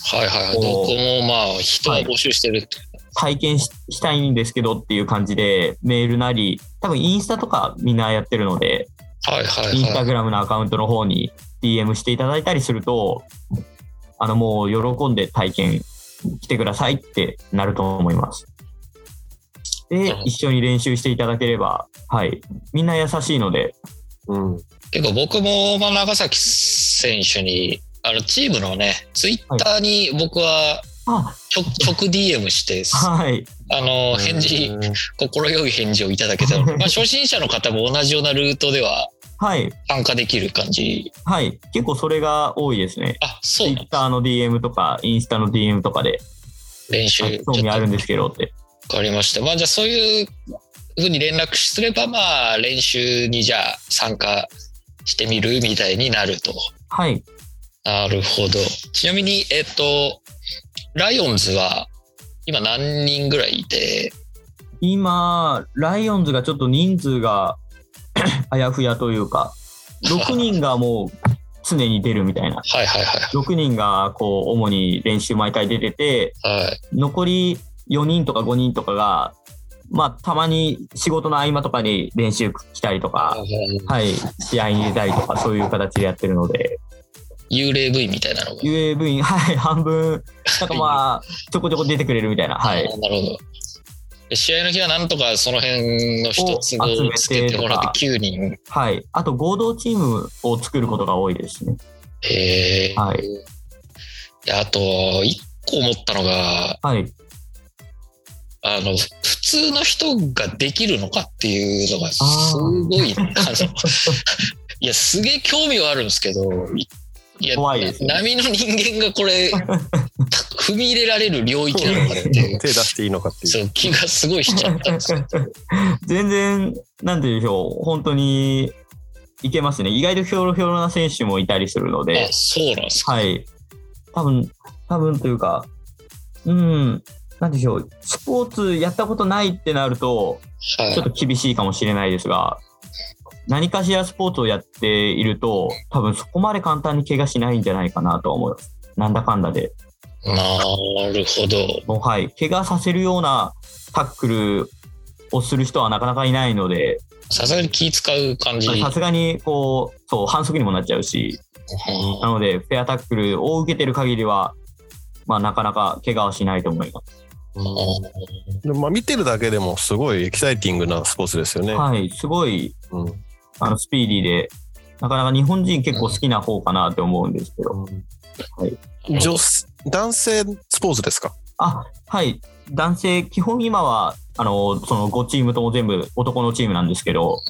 [SPEAKER 2] はいはいはい。ど
[SPEAKER 3] おー
[SPEAKER 2] こもまあ人を募集してるって。
[SPEAKER 3] 体験ししたいんですけどっていう感じで、メールなり、多分インスタとかみんなやってるので、
[SPEAKER 2] はいはい
[SPEAKER 3] インス
[SPEAKER 2] は
[SPEAKER 3] タ
[SPEAKER 2] い。
[SPEAKER 3] グラムのアカウントの方に DM していただいたりすると、あの、もう喜んで体験来てくださいってなると思います。で
[SPEAKER 2] なるほ、ど
[SPEAKER 3] 一緒に練習していただければ、はい。みんな優しいので、
[SPEAKER 4] うん。
[SPEAKER 2] 結構僕もまあ長崎選手に、あのチームのね、ツイッターに僕は
[SPEAKER 3] あ、
[SPEAKER 2] 直直 DM して、
[SPEAKER 3] はい。
[SPEAKER 2] あの、返事、心よい返事をいただけた
[SPEAKER 3] *laughs*
[SPEAKER 2] ので、まあ初心者の方も同じようなルートでは
[SPEAKER 3] はい。
[SPEAKER 2] 参加できる感じ。
[SPEAKER 3] はい。結構それが多いですね。
[SPEAKER 2] あ、そうなの
[SPEAKER 3] Twitter の DM とか、インスタの DM とかで、
[SPEAKER 2] 練習。ち
[SPEAKER 3] 興
[SPEAKER 2] ょっ
[SPEAKER 3] 味
[SPEAKER 2] と
[SPEAKER 3] あるんですけどって。
[SPEAKER 2] わかりました。まあじゃあそういうふうに連絡すれば、まあ練習にじゃあ参加してみるみたいになると。
[SPEAKER 3] はい。
[SPEAKER 2] なるほど。ちなみに、えっと、ライオンズは今何人ぐらいいて、
[SPEAKER 3] 今、ライオンズがちょっと人数が *clears throat* あやふやというか、6人がもう常に出るみたいな。
[SPEAKER 2] はいはいは
[SPEAKER 3] 6人がこう主に練習毎回出てて、
[SPEAKER 2] い。はい。
[SPEAKER 3] 残り4人とか5人とかが、まあたまに仕事の合間とかに練習来たりとか、はい、試合に出たりとかそういう形でやってるので、
[SPEAKER 2] 幽霊部員みたいなのが。
[SPEAKER 3] UAV に、 *laughs* はい、半分、なんかまあ、ちょこちょこ出てくれるみたいな、はい。
[SPEAKER 2] なるほど。で試合の日はなんとかその辺の一つをつけてもらって9人。
[SPEAKER 3] はい。あと合同チームを作ることが多いですね。
[SPEAKER 2] えー
[SPEAKER 3] はい
[SPEAKER 2] であと、1個思ったのが、
[SPEAKER 3] はい。
[SPEAKER 2] あの、普通の人ができるのかっていうのが、すご
[SPEAKER 3] *laughs*
[SPEAKER 2] い、あの、いや、すげえ興味はあるんですけど、いいや、
[SPEAKER 3] 怖いですね
[SPEAKER 2] 波の人間がこれ、踏み入れられる領域なのかなってい
[SPEAKER 4] 手
[SPEAKER 3] *laughs*
[SPEAKER 2] う、
[SPEAKER 4] 出していいのかっていう。
[SPEAKER 2] そう、気がすごいしちゃったんですよ。
[SPEAKER 3] 全然、なんていうんでしょう、本当に、いけますね。意外とひょろひょろな選手もいたりするの
[SPEAKER 2] あ
[SPEAKER 3] で、、
[SPEAKER 2] そうなんですか。
[SPEAKER 3] はい。多分、多分というか、うん、なんでしょう、スポーツやったことないってなると、
[SPEAKER 2] はい
[SPEAKER 3] ちょっと厳しいかもしれないですが、何かしらスポーツをやっていると、多分そこまで簡単に怪我しないんじゃないかなとは思います。なんだかんだで。
[SPEAKER 2] なるほど。
[SPEAKER 3] もうはい、怪我させるようなタックルをする人はなかなかいないので、
[SPEAKER 2] さすがに気使う感じ。
[SPEAKER 3] さすがにこう、そう、反則にもなっちゃうし、なので、フェアタックルを受けてる限りは、まあ、なかなか怪我はしないと思います。
[SPEAKER 4] でまあ見てるだけでもすごいエキサイティングなスポーツですよね。
[SPEAKER 3] はい、すごい、
[SPEAKER 4] うん
[SPEAKER 3] あの、スピーディーで、なかなか日本人結構好きな方かなって思うんですけど、
[SPEAKER 4] 女子男性スポーツですか
[SPEAKER 3] あ、はい、男性、基本今は、あの、その5チームとも全部男のチームなんですけど、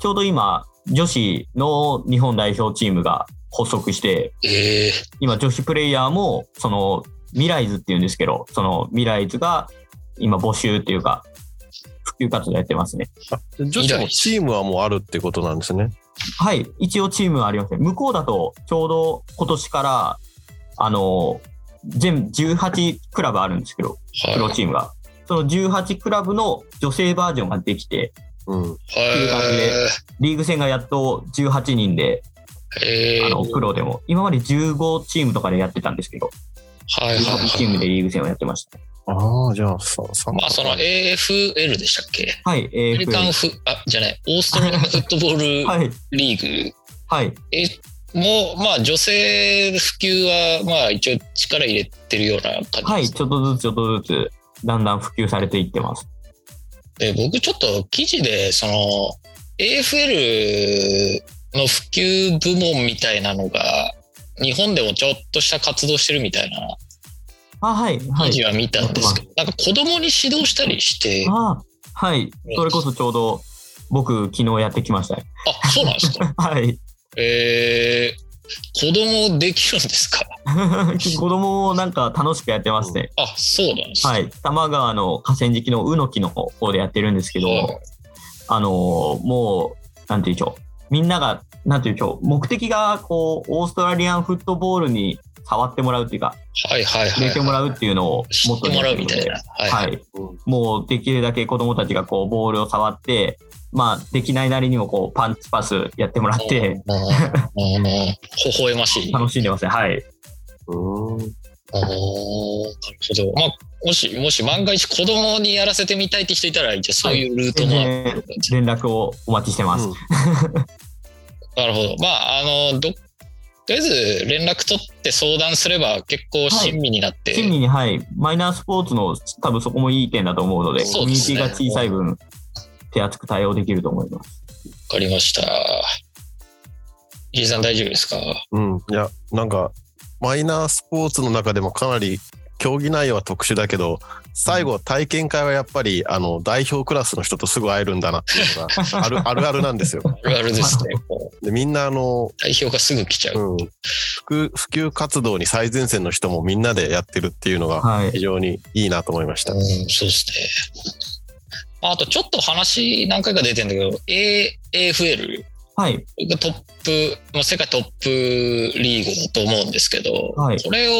[SPEAKER 3] ちょうど今、女子の日本代表チームが発足して、
[SPEAKER 2] ええ
[SPEAKER 3] 今女子プレイヤーもそのミライズっていうんですけどそのミライズが今募集っていうか普及活動やってますね
[SPEAKER 4] 女子もチームはもうあるってことなんですね。
[SPEAKER 3] はい一応チームはありません向こうだとちょうど今年からあの全部18クラブあるんですけどプロ
[SPEAKER 2] はい。
[SPEAKER 3] チームがその18クラブの女性バージョンができて
[SPEAKER 4] うん。
[SPEAKER 3] いう感じでリーグ戦がやっと18人で
[SPEAKER 2] ええ
[SPEAKER 3] あ
[SPEAKER 2] ー
[SPEAKER 3] のプロでも今まで15チームとかでやってたんですけど
[SPEAKER 2] はいはい
[SPEAKER 3] 18チー
[SPEAKER 2] は
[SPEAKER 3] ムでリーグ戦をやってました
[SPEAKER 4] ああ、じゃあ、さ、さ
[SPEAKER 2] い。まあ、その AFL でしたっけ
[SPEAKER 3] は
[SPEAKER 2] ア
[SPEAKER 3] い
[SPEAKER 2] メ
[SPEAKER 3] a
[SPEAKER 2] リカン
[SPEAKER 3] f
[SPEAKER 2] フ、あ、じゃない、オーストラリアンフットボール
[SPEAKER 3] はい
[SPEAKER 2] リーグ。
[SPEAKER 3] はい
[SPEAKER 2] え、もう、まあ、女性普及は、まあ、一応力入れてるような
[SPEAKER 3] は
[SPEAKER 2] 感
[SPEAKER 3] い、
[SPEAKER 2] じです。
[SPEAKER 3] ちょっとずつちょっとずつ、だんだん普及されていってます。
[SPEAKER 2] で、僕ちょっと記事で、その、AFL の普及部門みたいなのが、日本でもちょっとした活動してるみたいな
[SPEAKER 3] あ、はい、は
[SPEAKER 2] 記事
[SPEAKER 3] い。
[SPEAKER 2] は見たんですけど、なんか子供に指導したりして、
[SPEAKER 3] あ、はい。それこそちょうど、僕、昨日やってきましたね。
[SPEAKER 2] あ、そうなんです
[SPEAKER 3] *laughs*
[SPEAKER 2] か。
[SPEAKER 3] はい。
[SPEAKER 2] えー、子供できるんですか
[SPEAKER 3] 子供をなんか楽しくやってまして、
[SPEAKER 2] あ、そうなんですか。
[SPEAKER 3] はい。多摩川の河川敷のうの木の方でやってるんですけど、あのーもう、なんていうんでしょう。みんなが、なんていうんでしょう。目的が、こう、オーストラリアンフットボールに触ってもらうっていうか、
[SPEAKER 2] はいはいはい
[SPEAKER 3] 入れて
[SPEAKER 2] はい。
[SPEAKER 3] もらうっていうのを
[SPEAKER 2] 知
[SPEAKER 3] も
[SPEAKER 2] ってもらうみたいな。はい
[SPEAKER 3] はい、もうできるだけ子どもたちがこうボールを触って、まあ、できないなりにもこうパンチパスやってもらって、
[SPEAKER 2] ああ微笑ましい。ああなる
[SPEAKER 3] 楽しんでますね。はい。
[SPEAKER 4] うん。
[SPEAKER 2] ほど。まあ、もし、もし万が一子供にやらせてみたいって人いたら、じゃあそういうルートもある
[SPEAKER 3] 全然連絡をお待ちしてます。
[SPEAKER 2] なるほど。まあ、あの、ど、とりあえず連絡取って相談すれば結構親身になって、
[SPEAKER 3] 真にはい、マイナースポーツの多分そこもいい点だと思うので、
[SPEAKER 2] そ
[SPEAKER 3] コ
[SPEAKER 2] う
[SPEAKER 3] ミ
[SPEAKER 2] で
[SPEAKER 3] ュニ
[SPEAKER 2] す
[SPEAKER 3] テ
[SPEAKER 2] ね
[SPEAKER 3] ィが小さい分、手厚く対応できると思います。
[SPEAKER 2] わかりました。イーさん大丈夫ですか
[SPEAKER 4] うん。いや、なんか、マイナースポーツの中でもかなり競技内容は特殊だけど、最後、体験会はやっぱり、あの、代表クラスの人とすぐ会えるんだなっていうのが、ある、あるあるなんですよ。
[SPEAKER 2] あるあるですね。こう
[SPEAKER 4] で、みんな、あの、
[SPEAKER 2] 代表がすぐ来ちゃう。
[SPEAKER 4] うん、普及普及活動に最前線の人もみんなでやってるっていうのが
[SPEAKER 3] はい
[SPEAKER 4] 非。常にいいなと思いました。
[SPEAKER 2] うん、そうですね。まああとちょっと話何回か出てんだけど、A、AFL
[SPEAKER 3] はい。
[SPEAKER 2] がトップ、まあ、世界トップリーグだと思うんですけど、
[SPEAKER 3] はい
[SPEAKER 2] これを、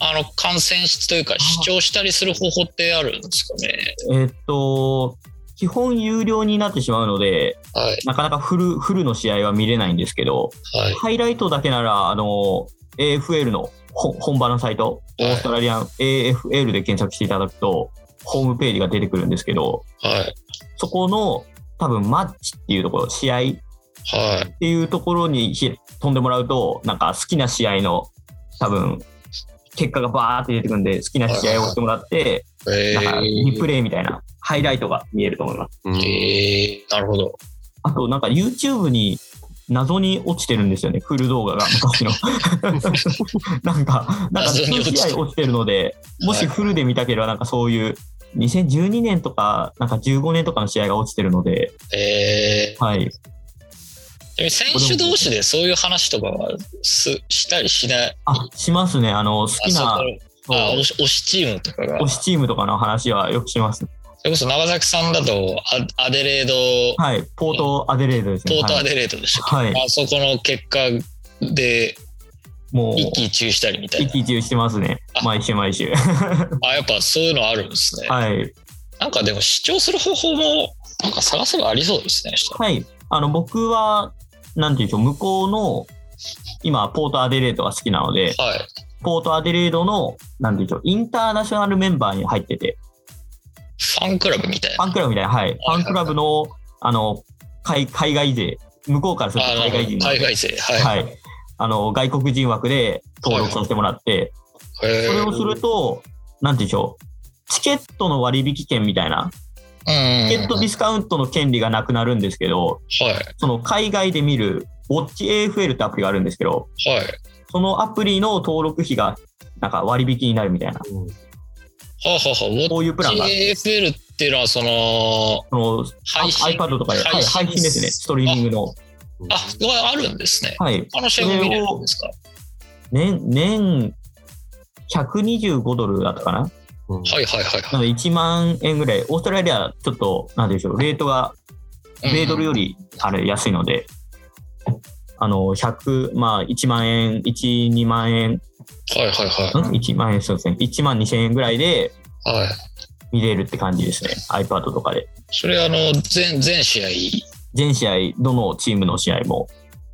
[SPEAKER 2] あの、観戦しというか、視聴したりする方法ってあるんですかね
[SPEAKER 3] えーっと、基本有料になってしまうので、
[SPEAKER 2] はい、
[SPEAKER 3] なかなかフル、フルの試合は見れないんですけど、
[SPEAKER 2] はい。
[SPEAKER 3] ハイライトだけなら、あの、AFL のほ本場のサイト、オ
[SPEAKER 2] はい
[SPEAKER 3] ーストラリアン AFL で検索していただくと、ホームページが出てくるんですけど、
[SPEAKER 2] はい。
[SPEAKER 3] そこの多分マッチっていうところ、試合
[SPEAKER 2] はい。
[SPEAKER 3] っていうところにひ飛んでもらうと、なんか好きな試合の、多分、結果がバーって出てくるんで、好きな試合を押してもらって、
[SPEAKER 2] え
[SPEAKER 3] なんかリプ
[SPEAKER 2] ー、
[SPEAKER 3] レイみたいな、ハイライトが見えると思います。
[SPEAKER 4] うん
[SPEAKER 2] えー、なるほど。
[SPEAKER 3] あと、なんか YouTube に謎に落ちてるんですよね、フル動画が、
[SPEAKER 2] *laughs*
[SPEAKER 3] 昔の。なんか、なんか
[SPEAKER 2] 謎に落ちて
[SPEAKER 3] 数
[SPEAKER 2] る
[SPEAKER 3] 試合落ちてるので、もしフルで見たければ、なんかそういう、2012年とか、なんか15年とかの試合が落ちてるので、
[SPEAKER 2] え
[SPEAKER 3] はい。
[SPEAKER 2] ー、選手同士でそういう話とかはすしたりしない。
[SPEAKER 3] あ、しますね。あの、好き
[SPEAKER 2] あ
[SPEAKER 3] な
[SPEAKER 2] そう、あ推し推しチームとかが。
[SPEAKER 3] 推しチームとかの話はよくします。
[SPEAKER 2] それこそ長崎さんだとアアデレード、
[SPEAKER 3] はい、ポートアデレードです
[SPEAKER 2] ポ
[SPEAKER 3] ね。
[SPEAKER 2] ートア
[SPEAKER 3] レ
[SPEAKER 2] デレードでしたっ
[SPEAKER 3] はい、
[SPEAKER 2] け、
[SPEAKER 3] はい、
[SPEAKER 2] あそこの結果で
[SPEAKER 3] もう、
[SPEAKER 2] 一
[SPEAKER 3] 一
[SPEAKER 2] 喜一憂したりみたいな。
[SPEAKER 3] 気中してますね
[SPEAKER 2] あ。
[SPEAKER 3] 毎週毎週。
[SPEAKER 2] あ、やっぱそういうのあるんですね。
[SPEAKER 3] はい。
[SPEAKER 2] なんかでも視聴する方法もなんか探せばありそうですね。
[SPEAKER 3] はい。あの、僕は、なんていうんでしょう、向こうの、今、ポートアデレードが好きなので、
[SPEAKER 2] はい。
[SPEAKER 3] ポートアデレードの、なんていうんでしょう、インターナショナルメンバーに入ってて、
[SPEAKER 2] ファンクラブみたい
[SPEAKER 3] フ
[SPEAKER 2] な。
[SPEAKER 3] ァンクラブみたいな、はい。ファンクラブの、あの、海海外勢、向こうからすると
[SPEAKER 2] あな
[SPEAKER 3] 海
[SPEAKER 2] るほど
[SPEAKER 3] 外人なの
[SPEAKER 2] 海
[SPEAKER 3] で
[SPEAKER 2] 外勢。はい。
[SPEAKER 3] はい。あの、外国人枠で登録させてもらって、
[SPEAKER 2] へ
[SPEAKER 3] それ
[SPEAKER 2] ー
[SPEAKER 3] をすると、なんて言うんでしょう。チケットの割引券みたいな、チケット
[SPEAKER 2] うん
[SPEAKER 3] ディスカウントの権利がなくなるんですけど、
[SPEAKER 2] はい。
[SPEAKER 3] その海外で見る、ウォッチ AFL ってアプリがあるんですけど、
[SPEAKER 2] はい。
[SPEAKER 3] そのアプリの登録費がなんか割引になるみたいな、
[SPEAKER 2] はあ、はあはあ、ウォッ
[SPEAKER 3] こういうプランがある。
[SPEAKER 2] チ AFL っていうのは、その、
[SPEAKER 3] そのあ
[SPEAKER 2] 配信。
[SPEAKER 3] iPad とかで、はい、
[SPEAKER 2] 配信
[SPEAKER 3] 配信ですね、ストリーミングの。
[SPEAKER 2] あ、そこはあるんですね。
[SPEAKER 3] はい。
[SPEAKER 2] あの試合も見れるんですか。
[SPEAKER 3] 年、年、125ドルだったかな
[SPEAKER 4] うん
[SPEAKER 2] はいはいはいは。
[SPEAKER 3] ないので1万円ぐらい。オーストラリア、ちょっと、なんて言うんでしょう、レートが米ドルよりあれ安いので、あの、100、まあ、1万円、1、2万円、ん
[SPEAKER 2] うんはいはいは
[SPEAKER 3] ?1 万円、そうですね。1万2千円ぐらいで
[SPEAKER 2] い。はい。
[SPEAKER 3] 見れるって感じですね。iPad とかで。
[SPEAKER 2] それ、あの、全、全試合。
[SPEAKER 3] 全試合、どのチームの試合も。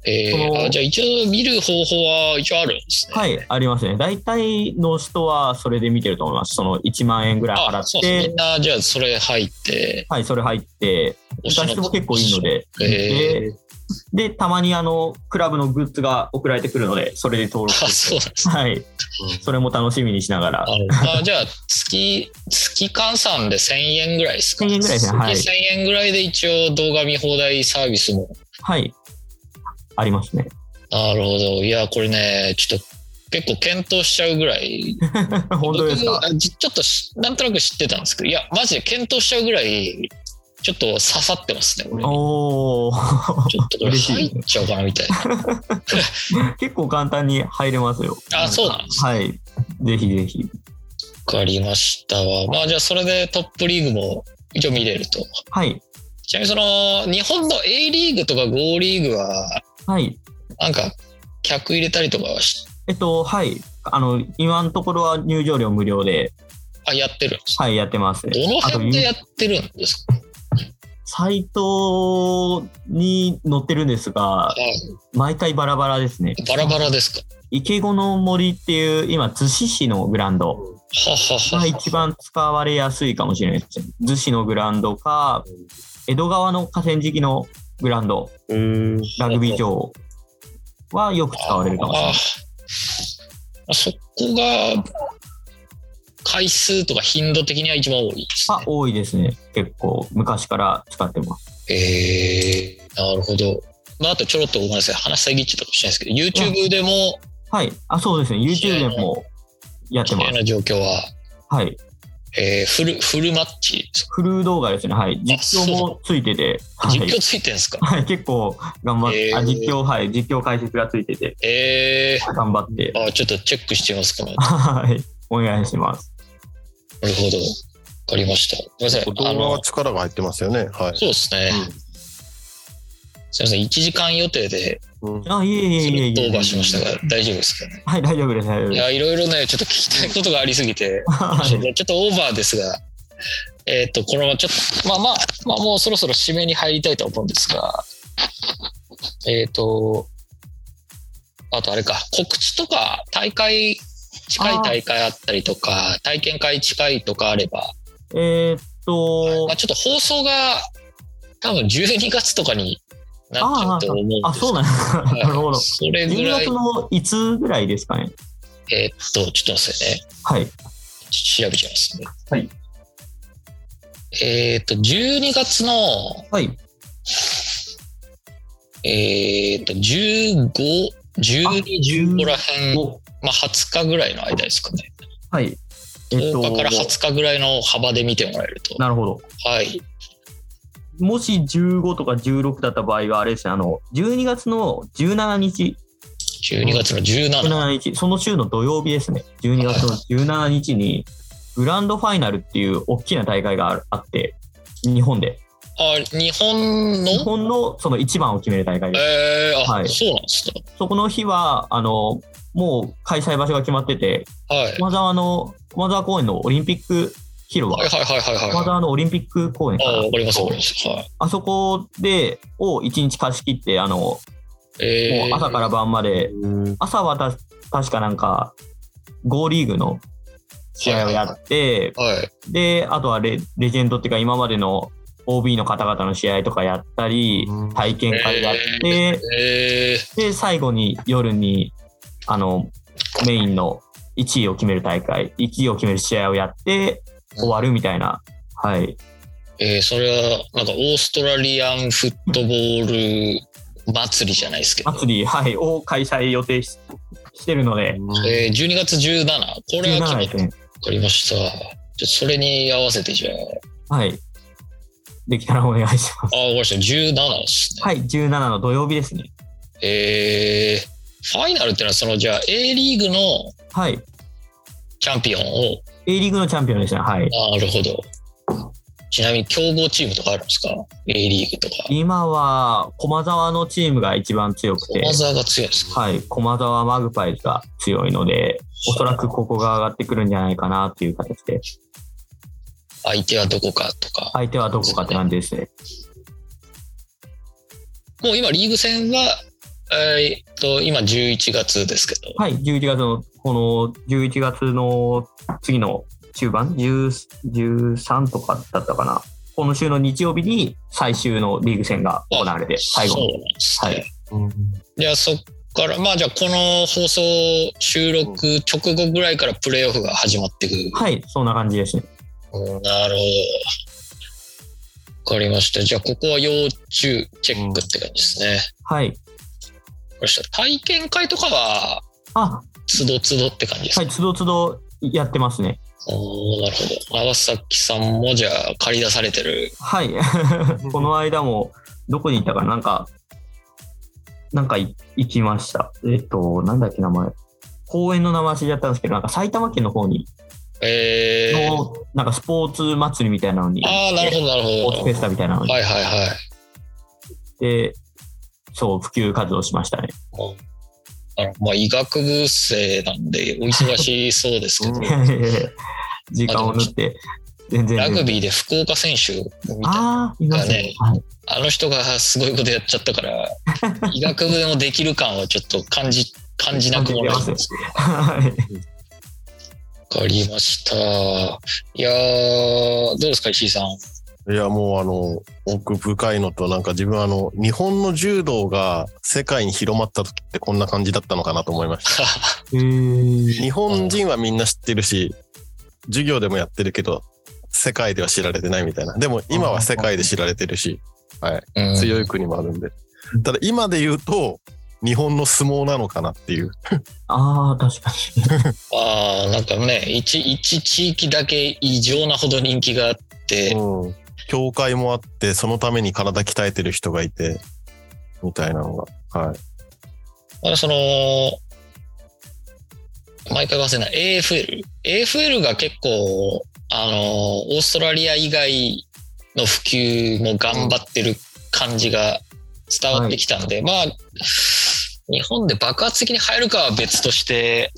[SPEAKER 2] え
[SPEAKER 3] その
[SPEAKER 2] ー、あじゃあ一応見る方法は一応あるんですね。
[SPEAKER 3] はい、ありますね。大体の人はそれで見てると思います。その1万円ぐらい払
[SPEAKER 2] あ、そ
[SPEAKER 3] っ
[SPEAKER 2] うです。み
[SPEAKER 3] て
[SPEAKER 2] ん、な、じゃあそれ入って、
[SPEAKER 3] はい、それ入って、
[SPEAKER 2] 推
[SPEAKER 3] 出
[SPEAKER 2] しの
[SPEAKER 3] しも結構いいので、
[SPEAKER 2] えー、
[SPEAKER 3] でで、たまにあの、クラブのグッズが送られてくるので、それで登録
[SPEAKER 2] あ、そうなんですね。
[SPEAKER 3] はい、それも楽しみにしながら
[SPEAKER 2] あ。
[SPEAKER 3] *laughs*
[SPEAKER 2] のあじゃあ月、月換算で1000円ぐらいですか
[SPEAKER 3] 1000円ぐらいですねはい
[SPEAKER 2] 月1000円ぐらいで一応動画見放題サービスも
[SPEAKER 3] はい。ありますね。 *laughs*
[SPEAKER 2] なるほど。いや、これね、ちょっと結構検討しちゃうぐらい。
[SPEAKER 3] 本当ですか
[SPEAKER 2] 僕あちちょっとしなんとなく知ってたんですけど、いや、マジで検討しちゃうぐらい、ちょっと刺さってますね、俺に
[SPEAKER 3] おー *laughs*
[SPEAKER 2] ちょっとこれ
[SPEAKER 3] 嬉しい
[SPEAKER 2] 入っちゃおうかなみたいな。
[SPEAKER 3] 結構簡単に入れますよ。
[SPEAKER 2] あそうなんです
[SPEAKER 3] はい。ぜひぜひ。
[SPEAKER 2] わかりましたわ。まあじゃあそれでトップリーグも一応見れると。
[SPEAKER 3] はい。
[SPEAKER 2] ちなみにその日本の A リーグとか GO リーグは
[SPEAKER 3] はい。
[SPEAKER 2] なんか客入れたりとかはし
[SPEAKER 3] えっと、はい。あの、今のところは入場料無料で、
[SPEAKER 2] あやってるんですか
[SPEAKER 3] はい、やってますね。
[SPEAKER 2] どの
[SPEAKER 3] あと
[SPEAKER 2] 辺でやってるんですか
[SPEAKER 3] サイトに載ってるんですが、毎回バラバラですね。
[SPEAKER 2] バラバラですか。
[SPEAKER 3] 池子の森っていう、今、逗子市のグラウンド
[SPEAKER 2] はは
[SPEAKER 3] が
[SPEAKER 2] は。
[SPEAKER 3] 一番使われやすいかもしれないですね。逗子のグラウンドか、江戸川の河川敷のグラウンド、
[SPEAKER 4] うん。
[SPEAKER 3] ラグビー場はよく使われるかもしれない。
[SPEAKER 2] あそこが、回数とか頻度的には一番多いです
[SPEAKER 3] あ、多いですね。結構、昔から使ってます。
[SPEAKER 2] ね。えー、なるほど。まあ、あとちょろっとごめんなさい。話遮っちゃったかもしれないですけど、YouTube でも、
[SPEAKER 3] はい。あ、そうですね。YouTube でもやって
[SPEAKER 2] 綺
[SPEAKER 3] ま
[SPEAKER 2] 麗
[SPEAKER 3] す。
[SPEAKER 2] な状況は、
[SPEAKER 3] はい。
[SPEAKER 2] えー、フル、フルマッチですか。
[SPEAKER 3] フル動画ですね。はい。実況もついてて。はい
[SPEAKER 2] 実況ついてるんですか、
[SPEAKER 3] はい、結構頑張って、
[SPEAKER 2] えー
[SPEAKER 3] あ、実況、はい、実況解説がついてて、
[SPEAKER 2] え
[SPEAKER 3] 頑張って、
[SPEAKER 2] ー、あ、ちょっとチェックしてみますかね。
[SPEAKER 3] はい、お願いします。
[SPEAKER 2] なるほど。わかりました。ごめんなさい。
[SPEAKER 4] 動
[SPEAKER 2] あ
[SPEAKER 4] 画
[SPEAKER 2] の
[SPEAKER 4] は、力が入ってますよね。はい。
[SPEAKER 2] そうですね。すみません。1時間予定で、
[SPEAKER 4] うん
[SPEAKER 3] あ、いえいえ
[SPEAKER 2] ち
[SPEAKER 3] いえ
[SPEAKER 2] ょっ
[SPEAKER 3] い
[SPEAKER 2] と
[SPEAKER 3] え
[SPEAKER 2] オーバーしましたが、大丈夫ですかね。
[SPEAKER 3] はい、大丈夫です、大丈夫
[SPEAKER 2] い
[SPEAKER 3] です。
[SPEAKER 2] や、いろいろね、ちょっと聞きたいことがありすぎて、ちょ
[SPEAKER 3] は
[SPEAKER 2] っ
[SPEAKER 3] い
[SPEAKER 2] とオーバーですが、えっ、と、このままちょっと、まあまあ、まあもうそろそろ締めに入りたいと思うんですが、えっ、と、あとあれか、告知とか、大会、近い大会あったりとか、体験会近いとかあれば、
[SPEAKER 3] えーっと
[SPEAKER 2] まあ、、ちょっと放送が多分12月とかになっちゃうと思うんですけど
[SPEAKER 3] あ、そうなんですか。
[SPEAKER 2] はい
[SPEAKER 3] なるほど。
[SPEAKER 2] それぐ
[SPEAKER 3] 12
[SPEAKER 2] らい
[SPEAKER 3] 月、のいつぐらいですかね。
[SPEAKER 2] えーっと、ちょっと待ってくださいね。
[SPEAKER 3] はい。
[SPEAKER 2] 調べちゃいますね。
[SPEAKER 3] はい。
[SPEAKER 2] えーっと、12月の、
[SPEAKER 3] はい。
[SPEAKER 2] えーっと、15、12、15らへん、
[SPEAKER 3] お
[SPEAKER 2] まあ、20日ぐらいの間ですかね。
[SPEAKER 3] はい。えーっと
[SPEAKER 2] 10日から20日ぐらいの幅で見てもらえると。
[SPEAKER 3] なるほど。
[SPEAKER 2] はい。
[SPEAKER 3] もし15とか16だった場合は、あれですね、あの、12月の17日、
[SPEAKER 2] 12月の17。
[SPEAKER 3] 17日、その週の土曜日ですね、12月の17日に、グランドファイナルっていう大きな大会があるあって、日本で、
[SPEAKER 2] あ、日本
[SPEAKER 3] 日
[SPEAKER 2] の
[SPEAKER 3] 本のその一番を決める大会です。
[SPEAKER 2] えー、あ、
[SPEAKER 3] はい
[SPEAKER 2] そうなんですね。
[SPEAKER 3] そこの日は、あの、もう開催場所が決まってて、
[SPEAKER 2] はい。
[SPEAKER 3] 駒沢の、駒沢公園のオリンピック広
[SPEAKER 2] はい
[SPEAKER 3] 場、
[SPEAKER 2] はいはいはい
[SPEAKER 3] 駒
[SPEAKER 2] はい。
[SPEAKER 3] 沢のオリンピック公園か
[SPEAKER 2] あ、
[SPEAKER 3] な
[SPEAKER 2] わかりますわかります。はい。
[SPEAKER 3] あそこで、を1日貸し切って、あの、もう
[SPEAKER 2] えー、
[SPEAKER 3] 朝から晩まで
[SPEAKER 4] うん
[SPEAKER 3] 朝はた確かなんか、ゴーリーグの試合をやって、
[SPEAKER 2] はい。
[SPEAKER 3] で、あとはレレジェンドっていうか、今までの OB の方々の試合とかやったり
[SPEAKER 4] うん、
[SPEAKER 3] 体験会やって、
[SPEAKER 2] え
[SPEAKER 3] で、最後に夜に、あの、メインの1位を決める大会、1位を決める試合をやって、終わるみたいな。はい。
[SPEAKER 2] ー、えー、それは、なんか、オーストラリアンフットボール祭りじゃないですけど、
[SPEAKER 3] 祭り、はい、を開催予定ししてるので、
[SPEAKER 2] えー、12月17。これは決
[SPEAKER 3] 17
[SPEAKER 2] まっ
[SPEAKER 3] ですね。
[SPEAKER 2] わかりました。じゃそれに合わせて、じゃあ、あ、わか
[SPEAKER 3] はい。できたらお願いします。
[SPEAKER 2] りました。17ですね。
[SPEAKER 3] はい、17の土曜日ですね。
[SPEAKER 2] えー、ファイナルってのは、その、じゃあ、A リーグの
[SPEAKER 3] はい。
[SPEAKER 2] チャンピオンを、
[SPEAKER 3] A リーグのチャンピオンでしたね。はい。
[SPEAKER 2] なるほど。ちなみに、強豪チームとかあるんですか ?A リーグとか。
[SPEAKER 3] 今は、駒沢のチームが一番強くて
[SPEAKER 2] 駒、沢が強いんですか
[SPEAKER 3] はい。駒沢マグパイズが強いので、おそらくここが上がってくるんじゃないかなっていう形で、
[SPEAKER 2] 相手はどこかとか。
[SPEAKER 3] 相手はどこかって感じですね。
[SPEAKER 2] もう今、リーグ戦は、えーっと、今11月ですけど、
[SPEAKER 3] はい。11月の、この11月の次の中盤、10 13とかだったかな。この週の日曜日に最終のリーグ戦が行われて、最後
[SPEAKER 2] そう
[SPEAKER 3] に。
[SPEAKER 2] なんですね。
[SPEAKER 3] はい
[SPEAKER 2] じゃあそっから、まあじゃあこの放送収録直後ぐらいからプレーオフが始まってくる。
[SPEAKER 3] はい。そんな感じですね。
[SPEAKER 2] うんなるほど。わかりました。じゃあここは要注チェックって感じですね。わか
[SPEAKER 3] はい。
[SPEAKER 2] りました。体験会とかは、
[SPEAKER 3] あ、
[SPEAKER 2] つどつどって感じです
[SPEAKER 3] は
[SPEAKER 2] か、
[SPEAKER 3] い。つどつどやってますね。
[SPEAKER 2] おーなるほど。川崎さんもじゃあ借り出されてる。
[SPEAKER 3] はい。 *laughs* この間も、どこに行ったかななんか、なんかい行きました。えっと、なんだっけ名前。公園の名前忘れちゃったんですけど、なんか埼玉県の方に、
[SPEAKER 2] えー、
[SPEAKER 3] のなんかスポーツ祭りみたいなのに、
[SPEAKER 2] ああ、なるほど、なる
[SPEAKER 3] スポ
[SPEAKER 2] ほ
[SPEAKER 3] ーツ
[SPEAKER 2] ど。
[SPEAKER 3] フェスタみたいなのに行
[SPEAKER 2] はいはいはい。
[SPEAKER 3] って、そう、普及活動しました
[SPEAKER 2] *laughs*
[SPEAKER 3] ね。
[SPEAKER 2] あのまあ、医学部生なんで、お忙しそうですけど、
[SPEAKER 4] う
[SPEAKER 2] ま
[SPEAKER 4] ん
[SPEAKER 2] あ
[SPEAKER 3] 時間を縫って。全然。
[SPEAKER 2] ラグビーで福岡選手みたいな
[SPEAKER 3] ああ、いますね。はい、
[SPEAKER 2] あの人がすごいことやっちゃったから、医学部でもできる感はちょっと感じ、感じなくもないんですけど。
[SPEAKER 3] はい *laughs*
[SPEAKER 2] わかりました。いやー、どうですか、石井さん。
[SPEAKER 4] いや、もうあの、奥深いのと、なんか自分あの、日本の柔道が世界に広まった時ってこんな感じだったのかなと思いました。
[SPEAKER 3] へー
[SPEAKER 4] 日本人はみんな知ってるし、授業でもやってるけど、世界では知られてないみたいな。でも今は世界で知られてる
[SPEAKER 2] う
[SPEAKER 4] し、
[SPEAKER 2] ん
[SPEAKER 4] 強い国もあるんで。ただ今で言うと、日本の相撲なのかなっていう。
[SPEAKER 3] ああ、確かに。
[SPEAKER 2] あーなんかね、一、一地域だけ異常なほど人気があって、
[SPEAKER 4] うん。教会もあって、そのために体鍛えてる人がいて、みたいなのが。はい。
[SPEAKER 2] まあ、その、毎回忘れない、AFL。AFL が結構、あの、オーストラリア以外の普及も頑張ってる感じが伝わってきたんで、まあ、日本で爆発的に入るかは別として、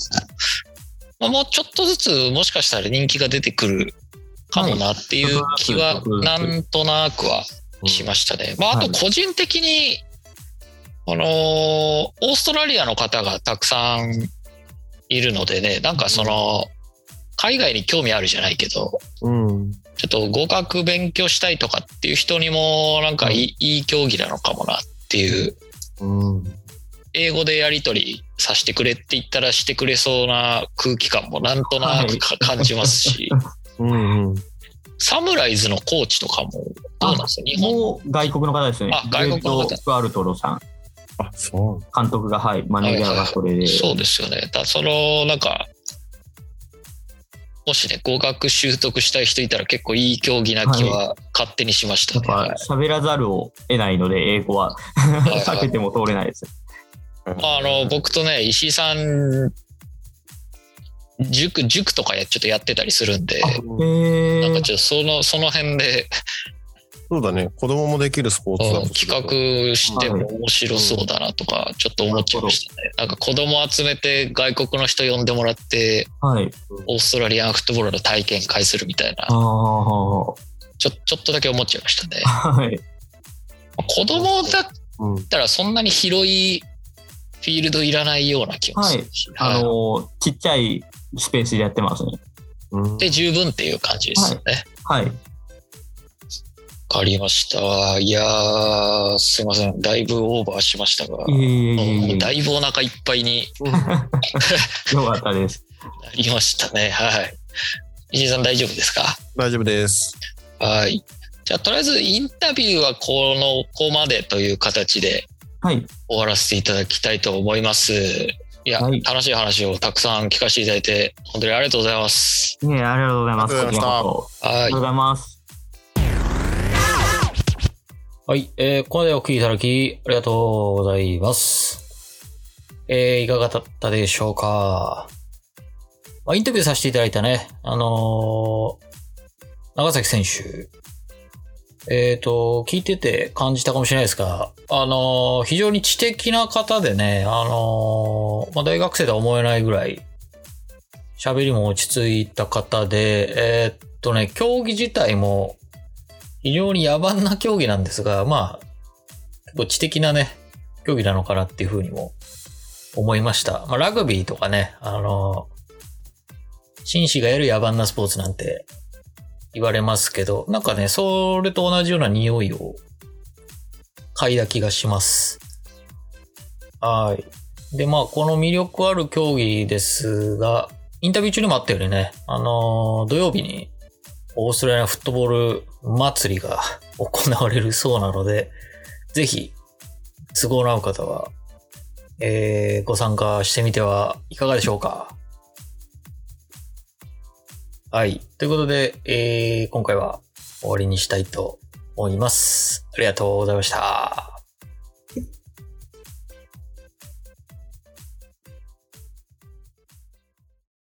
[SPEAKER 2] まあ、もうちょっとずつもしかしたら人気が出てくるかもなっていう気は、なんとなくは
[SPEAKER 4] うん
[SPEAKER 2] しましたね。まあ、あ
[SPEAKER 3] は
[SPEAKER 2] と
[SPEAKER 3] い
[SPEAKER 2] 個人的に、あのーオーストラリアの方がたくさんいるのでね、なんかその、海外に興味あるじゃないけど、
[SPEAKER 4] うん。
[SPEAKER 2] ちょっと合格勉強したいとかっていう人にも、なんかいい,、いい競技なのかもなっていう、
[SPEAKER 4] うん。
[SPEAKER 2] 英語でやり取りさせてくれって言ったらしてくれそうな空気感もなんとなくか感じますし、
[SPEAKER 4] うんうん。
[SPEAKER 2] サムライズのコーチとかも、どうなんですか日本
[SPEAKER 3] もう外国の方ですね。
[SPEAKER 2] あ外国の方
[SPEAKER 3] ジェイクアルトロさん、
[SPEAKER 4] あ、そう。
[SPEAKER 3] 監督が、はい、マネージャーがそれで。
[SPEAKER 2] そうですよね。だからその、なんか、もしね、合格習得したい人いたら結構いい競技な気は勝手にしました
[SPEAKER 3] やっ
[SPEAKER 2] ね。
[SPEAKER 3] ぱ喋らざるを得ないので、英語は。
[SPEAKER 2] い
[SPEAKER 3] 避けても通れないです。
[SPEAKER 2] まあ、あの、僕とね、石井さん、塾、塾とかやちょっとやってたりするんで、
[SPEAKER 4] うん
[SPEAKER 3] へ
[SPEAKER 2] なん
[SPEAKER 3] え
[SPEAKER 2] か。ちょっとその、その辺で、
[SPEAKER 4] そうだね。子供もできるスポーツだ
[SPEAKER 2] うん
[SPEAKER 4] とす
[SPEAKER 2] 企
[SPEAKER 4] ると
[SPEAKER 2] 画しても面白そうだなとか、ちょっと思っちゃいましたね。なんか子供集めて外国の人呼んでもらって、
[SPEAKER 3] はい。
[SPEAKER 2] オーストラリアンフットボールの体験会するみたいな
[SPEAKER 3] あ、あ。
[SPEAKER 2] ちょ、ちょっとだけ思っちゃいましたね。
[SPEAKER 3] はい。
[SPEAKER 2] 子供だっ
[SPEAKER 4] うん。
[SPEAKER 2] たらそんなに広いフィールドいらないような気もするし、
[SPEAKER 3] あ
[SPEAKER 2] はい
[SPEAKER 3] のーちっちゃいスペースでやってますね。
[SPEAKER 4] うん
[SPEAKER 2] で十分っていう感じですよね。
[SPEAKER 3] はい。
[SPEAKER 2] わ、かりました。いやー、すいません。だいぶオーバーしましたが、
[SPEAKER 3] いえいえいえい
[SPEAKER 2] も
[SPEAKER 3] え
[SPEAKER 2] う。だいぶお腹いっぱいに
[SPEAKER 3] よかったです。
[SPEAKER 2] なりましたね。はい。石井さん大丈夫ですか
[SPEAKER 4] 大丈夫です。
[SPEAKER 2] はい。じゃあ、とりあえずインタビューはこの、ここまでという形で
[SPEAKER 3] はい。
[SPEAKER 2] 終わらせていただきたいと思います。いや、
[SPEAKER 3] はい
[SPEAKER 2] 楽しい話をたくさん聞かせていただいて、本当にありがとうございます。
[SPEAKER 3] ねありがとうございます。
[SPEAKER 4] ありがとうございまし
[SPEAKER 2] は
[SPEAKER 3] こちらこそ
[SPEAKER 4] た
[SPEAKER 3] ありが
[SPEAKER 2] い
[SPEAKER 3] とう。ございます。
[SPEAKER 1] はい、えーここまでお聞きいただき、ありがとうございます。えーいかがだったでしょうか。まあ、インタビューさせていただいたね、あのー長崎選手。えっ、と、聞いてて感じたかもしれないですが、あのー非常に知的な方でね、あのーまあ、大学生とは思えないぐらい、喋りも落ち着いた方で、えーっとね、競技自体も非常に野蛮な競技なんですが、まあ、結構知的なね、競技なのかなっていうふうにも思いました。まあ、ラグビーとかね、あの、紳士がやる野蛮なスポーツなんて言われますけど、なんかね、それと同じような匂いを嗅いだ気がします。はい。で、まあ、この魅力ある競技ですが、インタビュー中にもあったようにね、あの、土曜日にオーストラリアフットボール祭りが行われるそうなので、ぜひ、都合の合う方は、えーご参加してみてはいかがでしょうか。はい。ということで、えー今回は終わりにしたいと思います。ありがとうございました。